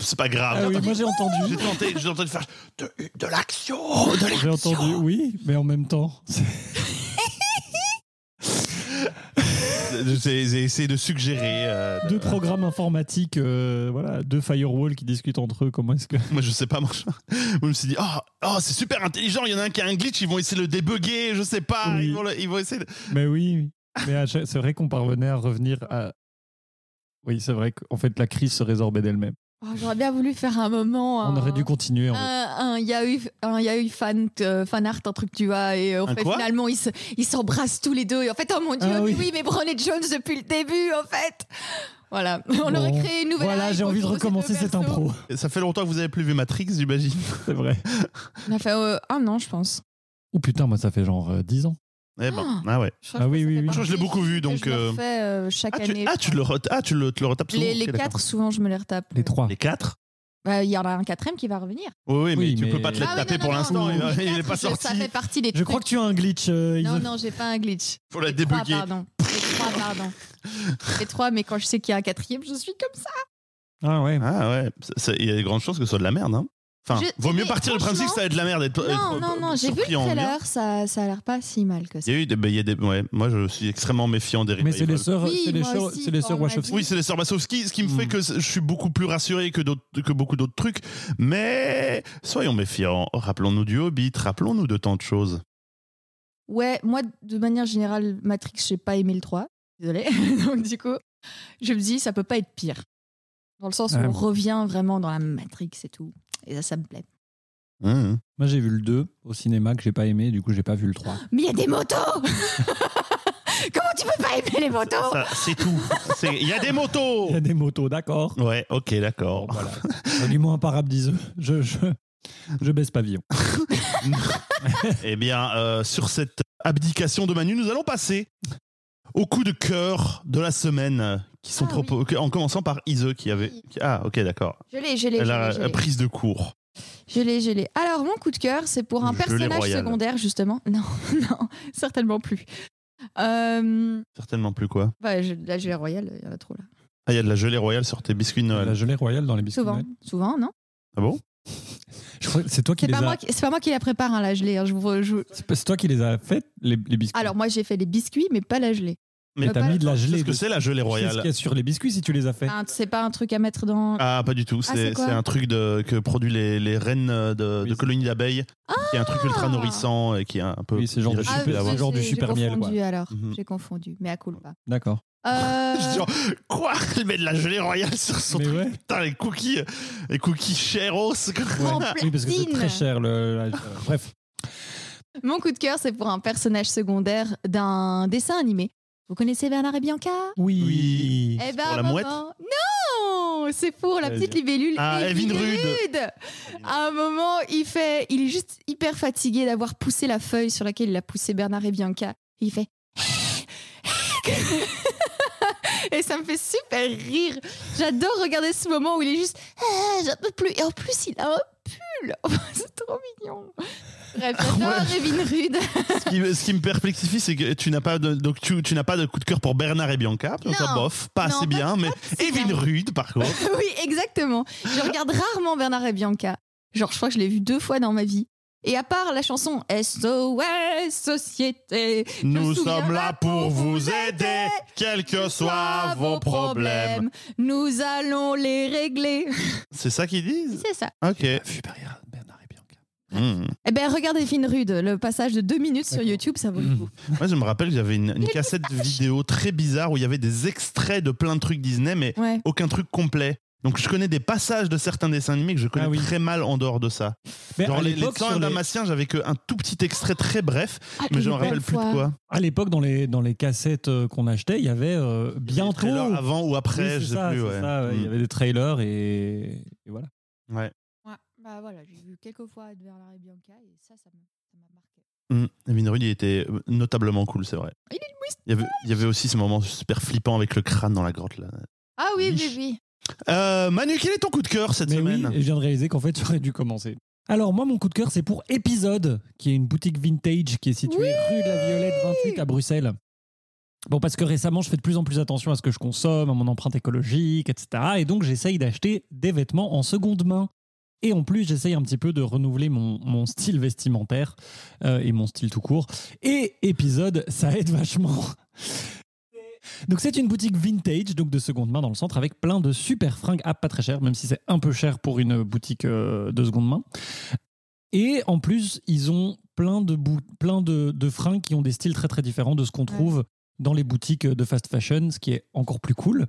Speaker 1: C'est pas
Speaker 2: Ah
Speaker 1: grave.
Speaker 2: oui, moi j'ai
Speaker 1: J'ai
Speaker 2: entendu.
Speaker 1: tenté, j'ai tenté de faire de, de l'action, de l'action.
Speaker 2: J'ai entendu, oui, mais en même temps.
Speaker 1: J'ai j'ai essayé de suggérer. euh,
Speaker 2: Deux programmes informatiques, euh, voilà, deux firewalls qui discutent entre eux. Comment est-ce que.
Speaker 1: Moi, je sais pas, moi, je je me suis dit, oh, oh, c'est super intelligent, il y en a un qui a un glitch, ils vont essayer de le débugger, je sais pas,
Speaker 2: Oui.
Speaker 1: ils, vont le- ils vont essayer de...
Speaker 2: Mais oui, oui. mais à chaque- c'est vrai qu'on parvenait à revenir à. Oui, c'est vrai qu'en fait la crise se résorbait d'elle-même.
Speaker 3: Oh, J'aurais bien voulu faire un moment.
Speaker 2: On
Speaker 3: un-
Speaker 2: aurait dû continuer. En
Speaker 3: Ah,
Speaker 2: fait.
Speaker 3: Un, un yaoi, un yaoi fan, euh, fan art, un truc, tu vois. Et en
Speaker 1: Un
Speaker 3: fait,
Speaker 1: quoi
Speaker 3: finalement, ils se- ils s'embrassent tous les deux. Et en fait, oh mon dieu,
Speaker 2: Ah
Speaker 3: mais
Speaker 2: oui.
Speaker 3: oui. mais Brené Jones depuis le début, en fait. Voilà, on
Speaker 2: Bon.
Speaker 3: aurait créé une nouvelle.
Speaker 2: Voilà,
Speaker 3: hype
Speaker 2: j'ai envie de
Speaker 3: autour ces
Speaker 2: recommencer
Speaker 3: deux
Speaker 2: cette
Speaker 3: persos.
Speaker 2: impro.
Speaker 1: Ça fait longtemps que vous avez plus vu Matrix, j'imagine.
Speaker 2: C'est vrai.
Speaker 3: On a fait euh, un an, je pense.
Speaker 2: Oh putain, moi ça fait genre euh, 10 ans.
Speaker 1: Eh ben,
Speaker 3: Ah.
Speaker 1: ah ouais.
Speaker 3: Je crois
Speaker 2: Ah
Speaker 3: que
Speaker 2: oui,
Speaker 3: ça
Speaker 2: oui,
Speaker 3: fait
Speaker 2: oui.
Speaker 1: Je crois que je l'ai
Speaker 3: partie
Speaker 1: beaucoup vu,
Speaker 3: que
Speaker 1: donc,
Speaker 3: Je
Speaker 1: euh,
Speaker 3: le refais euh, chaque
Speaker 1: Ah tu,
Speaker 3: année.
Speaker 1: ah, tu le re- ah, tu le, tu le retapes souvent.
Speaker 3: les, les
Speaker 1: Ok, d'accord.
Speaker 3: quatre, souvent, je me les retape.
Speaker 2: Les trois.
Speaker 1: Les quatre
Speaker 3: Bah, Il y en a un quatrième qui va revenir.
Speaker 1: Oui, oui, mais
Speaker 2: Oui,
Speaker 1: tu
Speaker 2: mais-
Speaker 1: peux pas te les
Speaker 2: Ah oui,
Speaker 1: taper
Speaker 3: non, non,
Speaker 1: pour
Speaker 3: non,
Speaker 1: l'instant,
Speaker 3: non,
Speaker 1: il,
Speaker 3: les
Speaker 1: il est
Speaker 3: quatre,
Speaker 1: pas
Speaker 3: je- Ça
Speaker 1: sorti.
Speaker 3: fait partie des
Speaker 2: Je crois que tu as un glitch. euh,
Speaker 3: Non,
Speaker 2: Ise.
Speaker 3: non, j'ai pas un glitch.
Speaker 1: Faut la
Speaker 3: Les trois,
Speaker 1: débugger.
Speaker 3: pardon. Les trois, pardon. Les trois, mais quand je sais qu'il y a un quatrième, je suis comme ça.
Speaker 2: Ah ouais.
Speaker 1: Ah ouais, c'est- c'est- il y a des grandes chances que ce soit de la merde. Hein. Enfin,
Speaker 3: Je-
Speaker 1: vaut mieux
Speaker 3: mais
Speaker 1: partir du principe que ça va être de la merde. et toi-
Speaker 3: Non,
Speaker 1: être,
Speaker 3: non,
Speaker 1: euh,
Speaker 3: non, j'ai vu
Speaker 1: surpris
Speaker 3: le
Speaker 1: en bien.
Speaker 3: trailer, ça, ça a l'air pas si mal que ça.
Speaker 1: Il y a eu des, ben, il y a des- ouais, moi je suis extrêmement méfiant des
Speaker 2: Mais
Speaker 1: revivals.
Speaker 2: c'est les sœurs,
Speaker 3: Oui,
Speaker 2: c'est les
Speaker 3: moi
Speaker 2: sœurs,
Speaker 3: aussi,
Speaker 2: c'est les
Speaker 3: quand
Speaker 2: sœurs
Speaker 3: on m'a dit.
Speaker 2: Wachowski.
Speaker 1: Oui, c'est les sœurs Wachowski, ce qui me
Speaker 2: Hmm.
Speaker 1: fait que je suis beaucoup plus rassuré que, d'autres- que beaucoup d'autres trucs. Mais soyons méfiants. Rappelons-nous du Hobbit, rappelons-nous de tant de choses.
Speaker 3: Ouais, moi, de manière générale, Matrix, j'ai pas aimé le 3. Désolée. Donc, du coup, je me dis, ça peut pas être pire. Dans le sens où
Speaker 1: Ah
Speaker 2: Ouais.
Speaker 3: on revient vraiment dans la Matrix et tout. Et ça, ça me plaît.
Speaker 1: Hein, hein.
Speaker 2: Moi j'ai vu le 2 au cinéma que j'ai pas aimé, du coup j'ai pas vu le 3.
Speaker 3: Mais il y a des motos Comment tu peux pas aimer les motos
Speaker 1: Ça, C'est tout. C'est- Il y a des motos
Speaker 2: Il y a des motos, d'accord.
Speaker 1: Ouais, ok, d'accord.
Speaker 2: Voilà. Euh, Argument imparable, diseux. Je, je, je baisse pavillon.
Speaker 1: Eh bien, euh, sur cette abdication de Manu, nous allons passer au coup de cœur de la semaine, qui sont
Speaker 3: Ah
Speaker 1: propo- que- en commençant par Ise qui avait.
Speaker 3: Oui.
Speaker 1: qui- Ah, ok, d'accord.
Speaker 3: Je l'ai, je l'ai, je
Speaker 1: Elle a
Speaker 3: l'ai, je
Speaker 1: euh,
Speaker 3: l'ai.
Speaker 1: prise de cours.
Speaker 3: Je l'ai, je l'ai. Alors, mon coup de cœur, c'est pour un
Speaker 1: Je l'ai
Speaker 3: personnage
Speaker 1: royal.
Speaker 3: secondaire, justement. Non, non, certainement plus. Euh,
Speaker 1: Certainement plus quoi.
Speaker 3: bah, je- là, je vais royal, il y en a trop là.
Speaker 1: Ah, il y a de la gelée royale sur tes biscuits de Noël.
Speaker 2: La gelée royale dans les biscuits.
Speaker 3: Souvent,
Speaker 2: Noël.
Speaker 3: souvent, non
Speaker 1: Ah bon
Speaker 2: Je crois que c'est toi qui
Speaker 3: C'est
Speaker 2: les
Speaker 3: pas,
Speaker 2: as.
Speaker 3: moi qui- c'est pas moi qui la prépare, hein, la gelée. hein, je vous re- je vous-
Speaker 2: C'est pas- c'est toi qui les as faites, les, les biscuits.
Speaker 3: Alors, moi, j'ai fait les biscuits, mais pas la gelée.
Speaker 2: mais
Speaker 3: mais
Speaker 2: t'as
Speaker 3: Euh, pas-
Speaker 2: mis de la
Speaker 1: C'est
Speaker 2: gelée.
Speaker 1: ce que
Speaker 2: dessus.
Speaker 1: c'est la
Speaker 2: Tu sais
Speaker 1: gelée
Speaker 2: ce
Speaker 1: royale
Speaker 2: qu'il y a sur les biscuits si tu les as fait.
Speaker 3: Hein, c'est pas un truc à mettre dans.
Speaker 1: Ah, pas du tout.
Speaker 3: Ah,
Speaker 1: C'est
Speaker 3: c'est quoi
Speaker 1: c'est un truc de, que produisent les, les reines euh, de, de
Speaker 2: Oui.
Speaker 1: colonies d'abeilles, qui est un
Speaker 3: Ah
Speaker 1: truc ultra nourrissant et qui est un peu.
Speaker 2: Oui, c'est genre
Speaker 1: qui
Speaker 2: du
Speaker 1: a-
Speaker 2: super-
Speaker 1: d'avoir-
Speaker 2: c'est genre du
Speaker 3: j'ai
Speaker 2: super miel,
Speaker 3: confondu alors.
Speaker 1: Mhm.
Speaker 3: J'ai confondu, mais à cool pas.
Speaker 2: D'accord.
Speaker 3: Euh,
Speaker 1: Genre, quoi Il met de la gelée royale sur son
Speaker 2: Mais
Speaker 1: truc.
Speaker 2: ouais.
Speaker 1: Putain, les cookies, les cookies cheros.
Speaker 3: En
Speaker 2: Oui, parce que c'est
Speaker 3: platine.
Speaker 2: très cher. Le, la- euh, bref.
Speaker 3: Mon coup de cœur, c'est pour un personnage secondaire d'un dessin animé. Vous connaissez Bernard et Bianca
Speaker 2: Oui.
Speaker 1: Oui.
Speaker 3: Eh ben,
Speaker 1: pour la
Speaker 3: maman-
Speaker 1: mouette
Speaker 3: Non C'est pour la
Speaker 2: Vas-y.
Speaker 3: petite libellule.
Speaker 1: Ah, Evin Rude.
Speaker 3: À un moment, il fait, il est juste hyper fatigué d'avoir poussé la feuille sur laquelle il a poussé Bernard et Bianca. Il fait. Et ça me fait super rire. J'adore regarder ce moment où il est juste. Ah, J'en peux plus. Et en plus, il a un pull. Oh, C'est trop mignon. Bref,
Speaker 1: Ah,
Speaker 3: j'adore Evin Rude.
Speaker 1: ce, qui, ce qui me perplexifie, c'est que tu n'as pas de, donc tu, tu n'as pas de coup de cœur pour Bernard et Bianca. parce que
Speaker 3: Non.
Speaker 1: ça bof, pas
Speaker 3: Non,
Speaker 1: assez
Speaker 3: pas-
Speaker 1: bien, mais
Speaker 3: si
Speaker 1: Evin
Speaker 3: bien.
Speaker 1: Rude, par contre.
Speaker 3: Oui, exactement. Je regarde rarement Bernard et Bianca. Genre, je crois que je l'ai vu deux fois dans ma vie. Et à part la chanson SOS Société,
Speaker 1: Nous
Speaker 3: me souviens
Speaker 1: sommes là pour vous aider, quels que soient
Speaker 3: soit
Speaker 1: vos problèmes.
Speaker 3: nous allons les régler.
Speaker 1: C'est ça qu'ils disent
Speaker 3: C'est ça.
Speaker 1: Ok.
Speaker 2: Super Bernard et Bianca.
Speaker 1: Hmm.
Speaker 3: Eh ben, regardez Fine Rude, le passage de deux minutes sur
Speaker 2: D'accord. Mm.
Speaker 3: YouTube, ça vaut le coup.
Speaker 1: Moi, je me rappelle, j'avais une, une cassette vidéo très bizarre où il y avait des extraits de plein de trucs Disney, mais
Speaker 3: Ouais.
Speaker 1: aucun truc complet. Donc, je connais des passages de certains dessins animés que je connais
Speaker 2: Ah oui.
Speaker 1: très mal en dehors de ça.
Speaker 2: Mais
Speaker 1: Genre,
Speaker 2: à
Speaker 1: les, les
Speaker 2: l'époque,
Speaker 1: Cent
Speaker 2: sur les-
Speaker 1: Dalmatiens, j'avais qu'un tout petit extrait très bref,
Speaker 2: Ah,
Speaker 1: mais je me
Speaker 3: une
Speaker 1: rappelle
Speaker 3: belle
Speaker 1: plus de
Speaker 3: fois.
Speaker 1: quoi.
Speaker 2: à l'époque, dans les dans les cassettes euh, qu'on achetait, il y avait euh,
Speaker 1: Les
Speaker 2: bientôt.
Speaker 1: trailers avant ou après,
Speaker 2: Oui, c'est
Speaker 1: je sais
Speaker 2: ça,
Speaker 1: plus.
Speaker 2: c'est
Speaker 1: ouais.
Speaker 2: ça, ouais. Il y
Speaker 1: Mm.
Speaker 2: avait des trailers et, et voilà.
Speaker 1: Ouais.
Speaker 3: Ouais, bah voilà, j'ai vu quelques fois Bernard et Bianca et ça, ça me- ça m'a marqué.
Speaker 1: Mm. Evin Rude, il était euh, notablement cool, c'est vrai.
Speaker 3: Il est
Speaker 1: Il y, avait, il y avait aussi ce moment super flippant avec le crâne dans la grotte. Là.
Speaker 3: Ah oui,
Speaker 1: Niche.
Speaker 3: oui, oui.
Speaker 1: Euh, Manu, quel est ton coup de cœur cette
Speaker 2: Mais oui,
Speaker 1: semaine
Speaker 2: et je viens de réaliser qu'en fait, j'aurais dû commencer. Alors moi, mon coup de cœur, c'est pour Épisode, qui est une boutique vintage qui est située rue de la Violette 28 à Bruxelles. Bon, parce que récemment, je fais de plus en plus attention à ce que je consomme, à mon empreinte écologique, etc. Et donc, j'essaye d'acheter des vêtements en seconde main. Et en plus, j'essaye un petit peu de renouveler mon, mon style vestimentaire euh, et mon style tout court. Et épisode, ça aide vachement. Donc c'est une boutique vintage, donc de seconde main dans le centre, avec plein de super fringues à pas très cher, même si c'est un peu cher pour une boutique euh, de seconde main. Et en plus, ils ont plein de, bou- plein de, de fringues qui ont des styles très très différents de ce qu'on trouve dans les boutiques de fast fashion, ce qui est encore plus cool.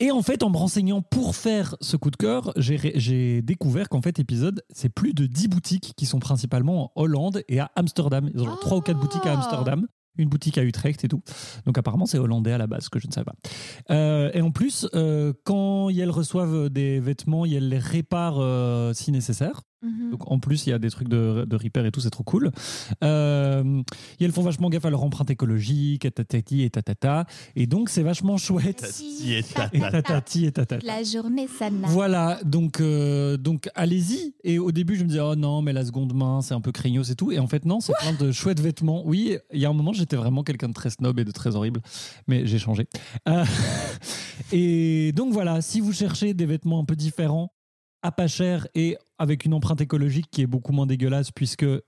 Speaker 2: Et en fait, en me renseignant pour faire ce coup de cœur, j'ai ré- j'ai découvert qu'en fait, épisode, c'est plus de 10 boutiques qui sont principalement en Hollande et à Amsterdam. Ils ont genre
Speaker 6: Ah.
Speaker 2: 3 ou 4 boutiques à Amsterdam, une boutique à Utrecht et tout. Donc apparemment, c'est hollandais à la base, ce que je ne savais pas. Euh, et en plus, euh, quand elles reçoivent des vêtements, elles les réparent euh, si nécessaire.
Speaker 6: Mhm.
Speaker 2: Donc en plus, il y a des trucs de, de repair et tout, c'est trop cool. Euh, et elles font vachement gaffe à leur empreinte écologique, et tatati et tatata. Et donc c'est vachement chouette.
Speaker 1: Tati et
Speaker 2: Et
Speaker 1: tata.
Speaker 2: tatati et tatata.
Speaker 7: La journée sana.
Speaker 2: Voilà, donc, euh, donc allez-y. Et au début, je me disais, oh non, mais la seconde main, c'est un peu craignos et tout. Et en fait, non, c'est plein de chouettes vêtements. Oui, il y a un moment, j'étais vraiment quelqu'un de très snob et de très horrible, mais j'ai changé. Euh, et donc voilà, si vous cherchez des vêtements un peu différents, à pas cher et avec une empreinte écologique qui est beaucoup moins dégueulasse puisque euh,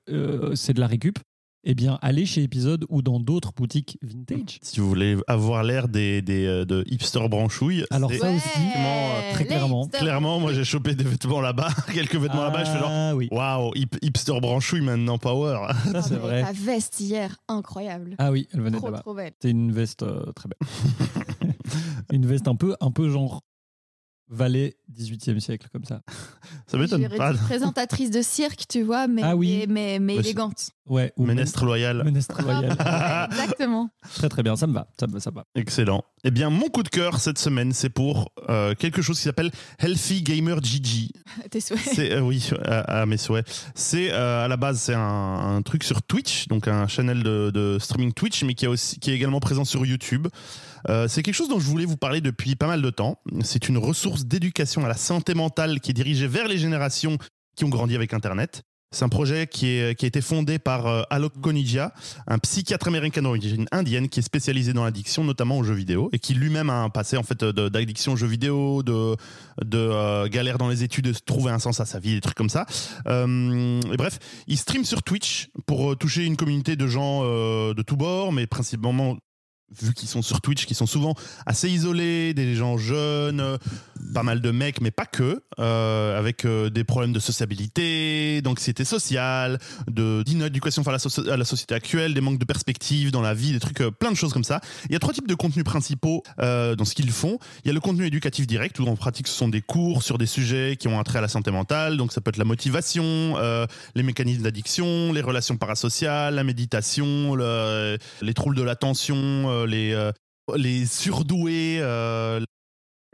Speaker 2: c'est de la récup, eh bien, allez chez Episode ou dans d'autres boutiques vintage.
Speaker 1: Si vous voulez avoir l'air des, des, euh, de hipster branchouille,
Speaker 2: Alors
Speaker 1: c'est-
Speaker 2: ça aussi,
Speaker 1: euh,
Speaker 2: très clairement.
Speaker 1: clairement, moi j'ai chopé des vêtements là-bas, quelques vêtements là-bas, je fais genre. oh,
Speaker 2: Ah oui,
Speaker 1: Waouh, hip- hipster branchouille maintenant power.
Speaker 2: ça
Speaker 6: Ah,
Speaker 2: c'est
Speaker 6: mais
Speaker 2: vrai.
Speaker 6: Ta veste hier, incroyable.
Speaker 2: Ah oui, elle venait de
Speaker 6: trop,
Speaker 2: là-bas.
Speaker 6: trop belle.
Speaker 2: C'était une veste euh, très belle. une veste un peu, un peu genre valet 18e siècle, comme ça.
Speaker 1: Ça
Speaker 6: Je
Speaker 1: m'étonne
Speaker 6: dirais
Speaker 1: pas.
Speaker 6: une présentatrice de cirque, tu vois, mais,
Speaker 2: Ah oui.
Speaker 6: mais, mais, mais
Speaker 1: Bah, c'est-
Speaker 6: élégante.
Speaker 2: Ouais, ou
Speaker 1: Ménestre loyal.
Speaker 2: Ménestre royal.
Speaker 6: Ah, ouais, Exactement.
Speaker 2: très très bien, ça me va, ça me va, ça me va.
Speaker 1: Excellent. Eh bien, mon coup de cœur cette semaine, c'est pour euh, quelque chose qui s'appelle Healthy Gamer Gigi.
Speaker 6: Tes souhaits.
Speaker 1: C'est euh, oui, à, à mes souhaits. C'est euh, à la base c'est un, un truc sur Twitch, donc un channel de, de streaming Twitch, mais qui, a aussi, qui est également présent sur YouTube. Euh, c'est quelque chose dont je voulais vous parler depuis pas mal de temps. C'est une ressource d'éducation à la santé mentale qui est dirigée vers les générations qui ont grandi avec Internet. C'est un projet qui, est, qui a été fondé par euh, Alok Konidia, un psychiatre américain d'origine indienne qui est spécialisé dans l'addiction, notamment aux jeux vidéo, et qui lui-même a un passé en fait de- d'addiction aux jeux vidéo, de, de euh, galère dans les études, de se trouver un sens à sa vie, des trucs comme ça. Euh, et bref, il stream sur Twitch pour euh, toucher une communauté de gens euh, de tous bords, mais principalement vu qu'ils sont sur Twitch, qui sont souvent assez isolés, des gens jeunes, euh, pas mal de mecs, mais pas que, euh, avec euh, des problèmes de sociabilité, d'anxiété sociale, de d'inéducation face à la soci- à la société actuelle, des manques de perspective dans la vie, des trucs, euh, plein de choses comme ça. Il y a trois types de contenus principaux euh, dans ce qu'ils font. Il y a le contenu éducatif direct où en pratique ce sont des cours sur des sujets qui ont un trait à la santé mentale, donc ça peut être la motivation, euh, les mécanismes d'addiction, les relations parasociales, la méditation, le- les troubles de l'attention, euh, les, euh, les surdoués. euh.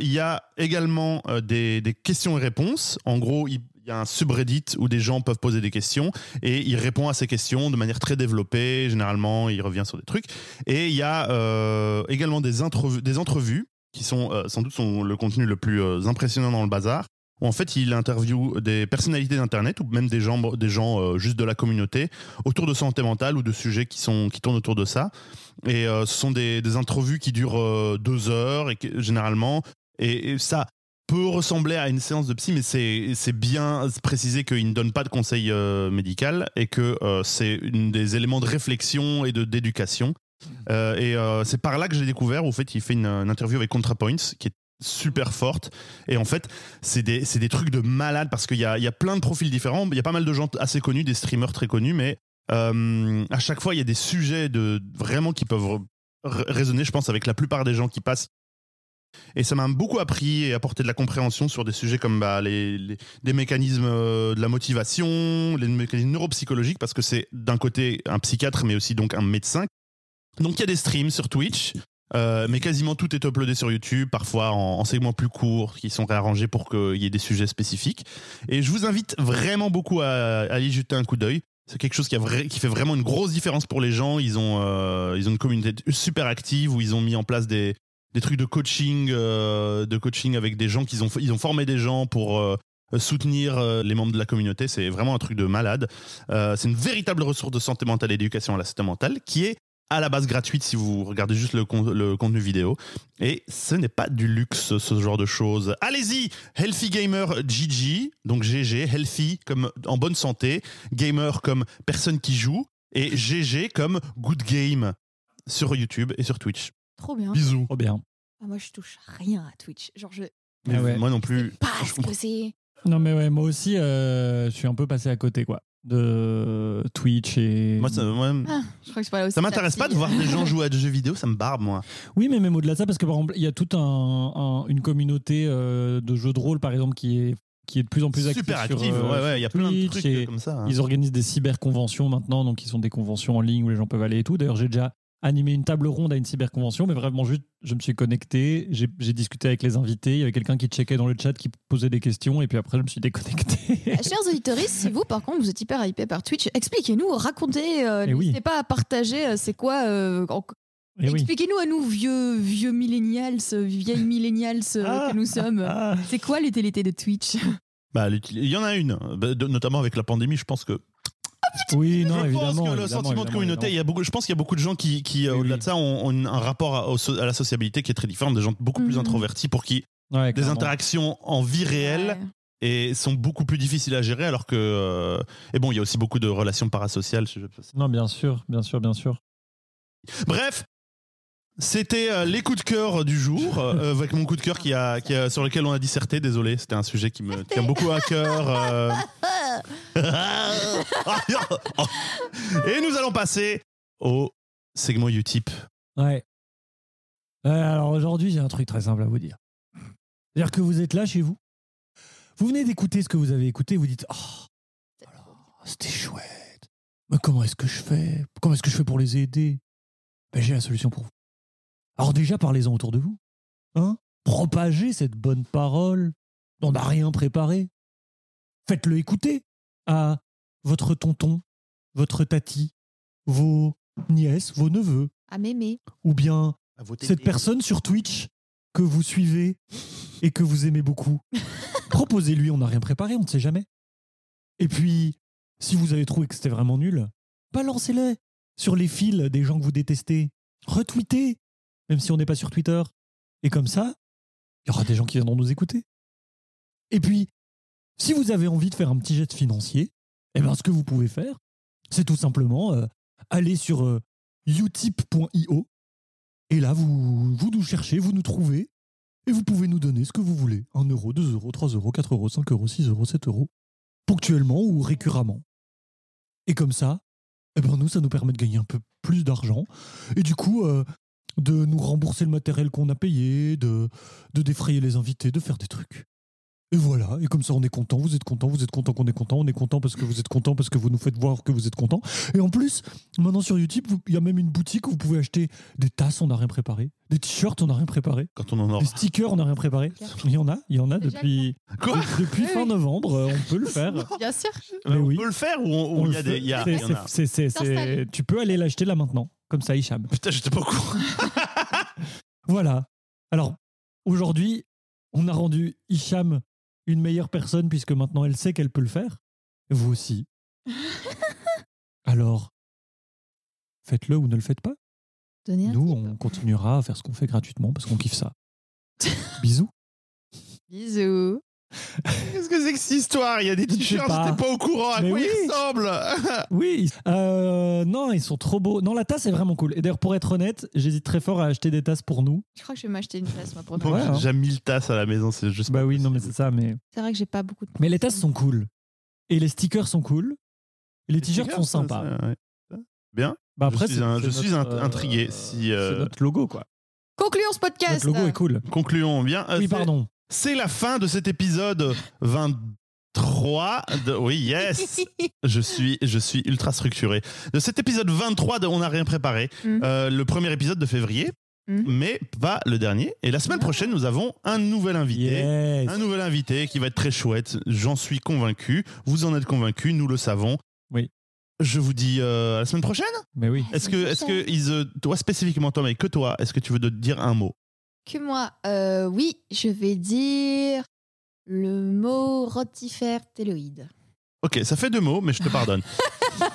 Speaker 1: il y a également euh, des, des questions et réponses. En gros, il il y a un subreddit où des gens peuvent poser des questions et il répond à ces questions de manière très développée. Généralement, il revient sur des trucs. Et il y a euh, également des, intrev- des entrevues qui sont euh, sans doute sont le contenu le plus euh, impressionnant dans le bazar. Où en fait, il interviewe des personnalités d'Internet ou même des gens, des gens euh, juste de la communauté autour de santé mentale ou de sujets qui, sont, qui tournent autour de ça. Et euh, ce sont des, des entrevues qui durent euh, deux heures et que- généralement. Et, et ça peut ressembler à une séance de psy, mais c'est c'est bien précisé qu'il ne donne pas de conseil euh, médical et que euh, c'est une des éléments de réflexion et de d'éducation. Euh, et euh, c'est par là que j'ai découvert, au fait, il fait une, une interview avec ContraPoints qui est super forte. Et en fait, c'est des, c'est des trucs de malade parce qu'il y a, il y a plein de profils différents. Il y a pas mal de gens assez connus, des streamers très connus, mais euh, à chaque fois, il y a des sujets de, vraiment qui peuvent r- résonner, je pense, avec la plupart des gens qui passent. Et ça m'a beaucoup appris et apporté de la compréhension sur des sujets comme bah, les, les- des mécanismes euh, de la motivation, les mécanismes neuropsychologiques, parce que c'est d'un côté un psychiatre, mais aussi donc un médecin. Donc il y a des streams sur Twitch, euh, mais quasiment tout est uploadé sur YouTube, parfois en, en segments plus courts, qui sont réarrangés pour qu'il y ait des sujets spécifiques. Et je vous invite vraiment beaucoup à, à y jeter un coup d'œil. C'est quelque chose qui, a vrai- qui fait vraiment une grosse différence pour les gens. Ils ont, euh, ils ont une communauté super active où ils ont mis en place des, des trucs de coaching, euh, de coaching avec des gens qu'ils ont, ils ont formé des gens pour euh, euh, soutenir euh, les membres de la communauté, c'est vraiment un truc de malade. Euh, c'est une véritable ressource de santé mentale et d'éducation à la santé mentale qui est à la base gratuite si vous regardez juste le, con- le contenu vidéo. Et ce n'est pas du luxe, ce genre de choses. Allez-y Healthy Gamer GG, donc GG, Healthy comme en bonne santé, Gamer comme personne qui joue, et GG comme Good Game sur YouTube et sur Twitch.
Speaker 4: Trop bien.
Speaker 1: Bisous.
Speaker 2: Trop bien.
Speaker 4: Ah, moi, je touche rien à Twitch. Genre, je.
Speaker 2: Ah ouais.
Speaker 1: Moi non plus.
Speaker 4: Pas ce que c'est.
Speaker 2: Non, mais ouais, moi aussi, euh, je suis un peu passé à côté, quoi. De Twitch et.
Speaker 1: Moi, ça, moi,
Speaker 4: Ah,
Speaker 6: Je crois que c'est pas là aussi.
Speaker 1: ça m'intéresse
Speaker 6: ta
Speaker 1: pas de
Speaker 6: fille.
Speaker 1: voir des gens jouer à des jeux vidéo, ça me barbe, moi.
Speaker 2: Oui, mais même au-delà de ça, parce que par exemple, il y a toute un, un- une communauté euh, de jeux de rôle, par exemple, qui est, qui est de plus en plus active.
Speaker 1: Super
Speaker 2: sur,
Speaker 1: active,
Speaker 2: euh,
Speaker 1: ouais, ouais, il y a plein de
Speaker 2: Twitch
Speaker 1: trucs
Speaker 2: et-
Speaker 1: comme ça. hein.
Speaker 2: Ils organisent des cyberconventions maintenant, donc ils sont des conventions en ligne où les gens peuvent aller et tout. D'ailleurs, j'ai déjà animé une table ronde à une cyberconvention, mais vraiment juste, je me suis connecté, j'ai j'ai discuté avec les invités, il y avait quelqu'un qui checkait dans le chat, qui posait des questions, et puis après, je me suis déconnecté.
Speaker 6: Euh, Chers auditeurs, si vous, par contre, vous êtes hyper hypé par Twitch, expliquez-nous, racontez, euh,
Speaker 2: Eh oui.
Speaker 6: n'hésitez pas à partager, euh, c'est quoi euh, en-
Speaker 1: Eh
Speaker 2: Et oui.
Speaker 6: Expliquez-nous à nous, vieux, vieux millennials, euh, vieilles millennials euh,
Speaker 1: Ah,
Speaker 6: que nous sommes.
Speaker 1: Ah.
Speaker 6: C'est quoi l'utilité de Twitch
Speaker 1: Bah, l'util- il y en a une, bah, de- notamment avec la pandémie, je pense que.
Speaker 2: Oui, non,
Speaker 1: je
Speaker 2: évidemment.
Speaker 1: pense que le
Speaker 2: évidemment,
Speaker 1: sentiment de
Speaker 2: évidemment,
Speaker 1: communauté, il y a beaucoup, je pense qu'il y a beaucoup de gens qui, qui, euh,
Speaker 2: Oui,
Speaker 1: au-delà
Speaker 2: oui.
Speaker 1: de ça, ont, ont un rapport à, au so- à la sociabilité qui est très différent, des gens beaucoup plus
Speaker 6: Mhm.
Speaker 1: introvertis pour qui
Speaker 2: évidemment. Ouais,
Speaker 1: des
Speaker 2: clairement.
Speaker 1: interactions en vie réelle et sont beaucoup plus difficiles à gérer, alors que. euh, et bon, il y a aussi beaucoup de relations parasociales. je- je-
Speaker 2: Non, bien sûr, bien sûr, bien sûr.
Speaker 1: Bref, c'était euh, les coups de cœur du jour, euh, avec mon coup de cœur qui a, qui a- sur lequel on a disserté, désolé, c'était un sujet qui me tient beaucoup à cœur. euh. Et nous allons passer au segment Utip.
Speaker 2: Ouais. Euh, alors aujourd'hui, j'ai un truc très simple à vous dire. C'est-à-dire que vous êtes là chez vous, vous venez d'écouter ce que vous avez écouté, vous dites Oh, alors, c'était chouette. Mais comment est-ce que je fais Comment est-ce que je fais pour les aider ben, J'ai la solution pour vous. Alors déjà, parlez-en autour de vous. Hein Propagez cette bonne parole. On n'a rien préparé. Faites-le écouter à votre tonton, votre tati, vos nièces, vos neveux
Speaker 6: À mémé.
Speaker 2: ou bien cette personne sur Twitch que vous suivez et que vous aimez beaucoup. Proposez-lui, on n'a rien préparé, on ne sait jamais. Et puis, si vous avez trouvé que c'était vraiment nul, balancez-le sur les fils des gens que vous détestez. Retweetez, même si on n'est pas sur Twitter. Et comme ça, il y aura des gens qui viendront nous écouter. Et puis, si vous avez envie de faire un petit jet financier, eh ben, ce que vous pouvez faire, c'est tout simplement euh, aller sur euh, utip.io et là, vous, vous nous cherchez, vous nous trouvez, et vous pouvez nous donner ce que vous voulez. 1 euro, 2 euros, 3 euros, 4 euros, 5 euros, 6 euros, 7 euros, ponctuellement ou récurremment. Et comme ça, eh ben nous, ça nous permet de gagner un peu plus d'argent, et du coup, euh, de nous rembourser le matériel qu'on a payé, de, de défrayer les invités, de faire des trucs. Et voilà, et comme ça on est content, vous êtes content, vous êtes content qu'on est content, on est content parce que vous êtes content, parce que vous nous faites voir que vous êtes content. Et en plus, maintenant sur YouTube, vous- il y a même une boutique où vous pouvez acheter des tasses, on n'a rien préparé. Des t-shirts, on n'a rien préparé.
Speaker 1: Quand on en
Speaker 2: Des
Speaker 1: aura.
Speaker 2: stickers, on n'a rien préparé. Il y en a, il y en a
Speaker 6: Déjà
Speaker 2: depuis,
Speaker 1: Quoi
Speaker 2: de- depuis
Speaker 6: Oui,
Speaker 2: fin
Speaker 6: oui.
Speaker 2: novembre. euh, On peut le faire.
Speaker 1: Oh.
Speaker 6: Bien sûr.
Speaker 2: Mais
Speaker 1: on
Speaker 2: oui.
Speaker 1: peut le faire ou on-
Speaker 2: On
Speaker 1: ou Oh,
Speaker 2: le
Speaker 1: il y a
Speaker 2: fait.
Speaker 1: des. il y a-
Speaker 2: C'est-
Speaker 1: il y en a.
Speaker 2: c'est- c'est- c'est-
Speaker 6: T'installer.
Speaker 2: Tu peux aller l'acheter là maintenant, comme ça, Hicham.
Speaker 1: Putain, j'étais pas au courant.
Speaker 2: Voilà. Alors, aujourd'hui, on a rendu Hicham une meilleure personne puisque maintenant elle sait qu'elle peut le faire. Vous aussi. Alors, faites-le ou ne le faites pas.
Speaker 6: Donnez un
Speaker 2: Nous,
Speaker 6: tip.
Speaker 2: on continuera à faire ce qu'on fait gratuitement parce qu'on kiffe ça. Bisous.
Speaker 6: Bisous.
Speaker 1: Qu'est-ce que c'est que cette histoire Il y a des t-shirts,
Speaker 2: pas.
Speaker 1: j'étais pas au courant. À
Speaker 2: Mais
Speaker 1: quoi
Speaker 2: oui.
Speaker 1: ils ressemblent
Speaker 2: Oui. euh, non, ils sont trop beaux. Non, la tasse est vraiment cool. Et d'ailleurs, pour être honnête, j'hésite très fort à acheter des tasses pour nous.
Speaker 6: Je crois que je vais m'acheter une place, moi, pour
Speaker 1: Bon,
Speaker 2: Ouais,
Speaker 1: j'ai
Speaker 2: hein.
Speaker 1: déjà 1000 tasses à la maison, c'est juste.
Speaker 2: Bah
Speaker 1: pas
Speaker 2: oui, non, mais
Speaker 1: possible.
Speaker 2: c'est ça. Mais,
Speaker 6: C'est vrai que j'ai pas beaucoup de.
Speaker 2: mais les tasses sont cool. Et les stickers sont cool. Et les,
Speaker 1: Les
Speaker 2: t-shirts sont
Speaker 1: ça,
Speaker 2: sympas.
Speaker 1: ça, ouais. Bien.
Speaker 2: Bah après,
Speaker 1: je
Speaker 2: c'est-
Speaker 1: suis, un-
Speaker 2: c'est
Speaker 1: je suis
Speaker 2: notre,
Speaker 1: int-
Speaker 2: euh,
Speaker 1: intrigué. Si, euh,
Speaker 2: C'est notre logo, quoi.
Speaker 6: Concluons ce podcast.
Speaker 2: Notre logo est cool.
Speaker 1: Concluons bien. Euh,
Speaker 2: oui,
Speaker 1: c'est-
Speaker 2: pardon.
Speaker 1: C'est la fin de cet épisode 23. De... Oui, yes je suis, je suis ultra structuré. De cet épisode 23 de On n'a rien préparé,
Speaker 2: Mm.
Speaker 6: Mhm.
Speaker 1: euh, le premier épisode de février,
Speaker 6: Mhm.
Speaker 1: mais pas le dernier. Et la semaine prochaine, nous avons un nouvel invité.
Speaker 2: Ah. Yes.
Speaker 1: Un nouvel invité qui va être très chouette, j'en suis convaincu. Vous en êtes convaincu, nous le savons.
Speaker 2: Oui.
Speaker 1: Je vous dis euh, à la semaine prochaine.
Speaker 2: Mais oui.
Speaker 1: Est-ce que, est-ce que Ise, toi spécifiquement Tom, et que toi, est-ce que tu veux te dire un mot
Speaker 6: Que moi, euh, oui, je vais dire le mot
Speaker 3: rotifère téloïde.
Speaker 1: Ok, ça fait deux mots, mais je te pardonne.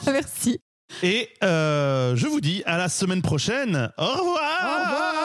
Speaker 3: Merci.
Speaker 1: Et euh, je vous dis à la semaine prochaine. Au revoir.
Speaker 3: Au revoir.
Speaker 2: Ah,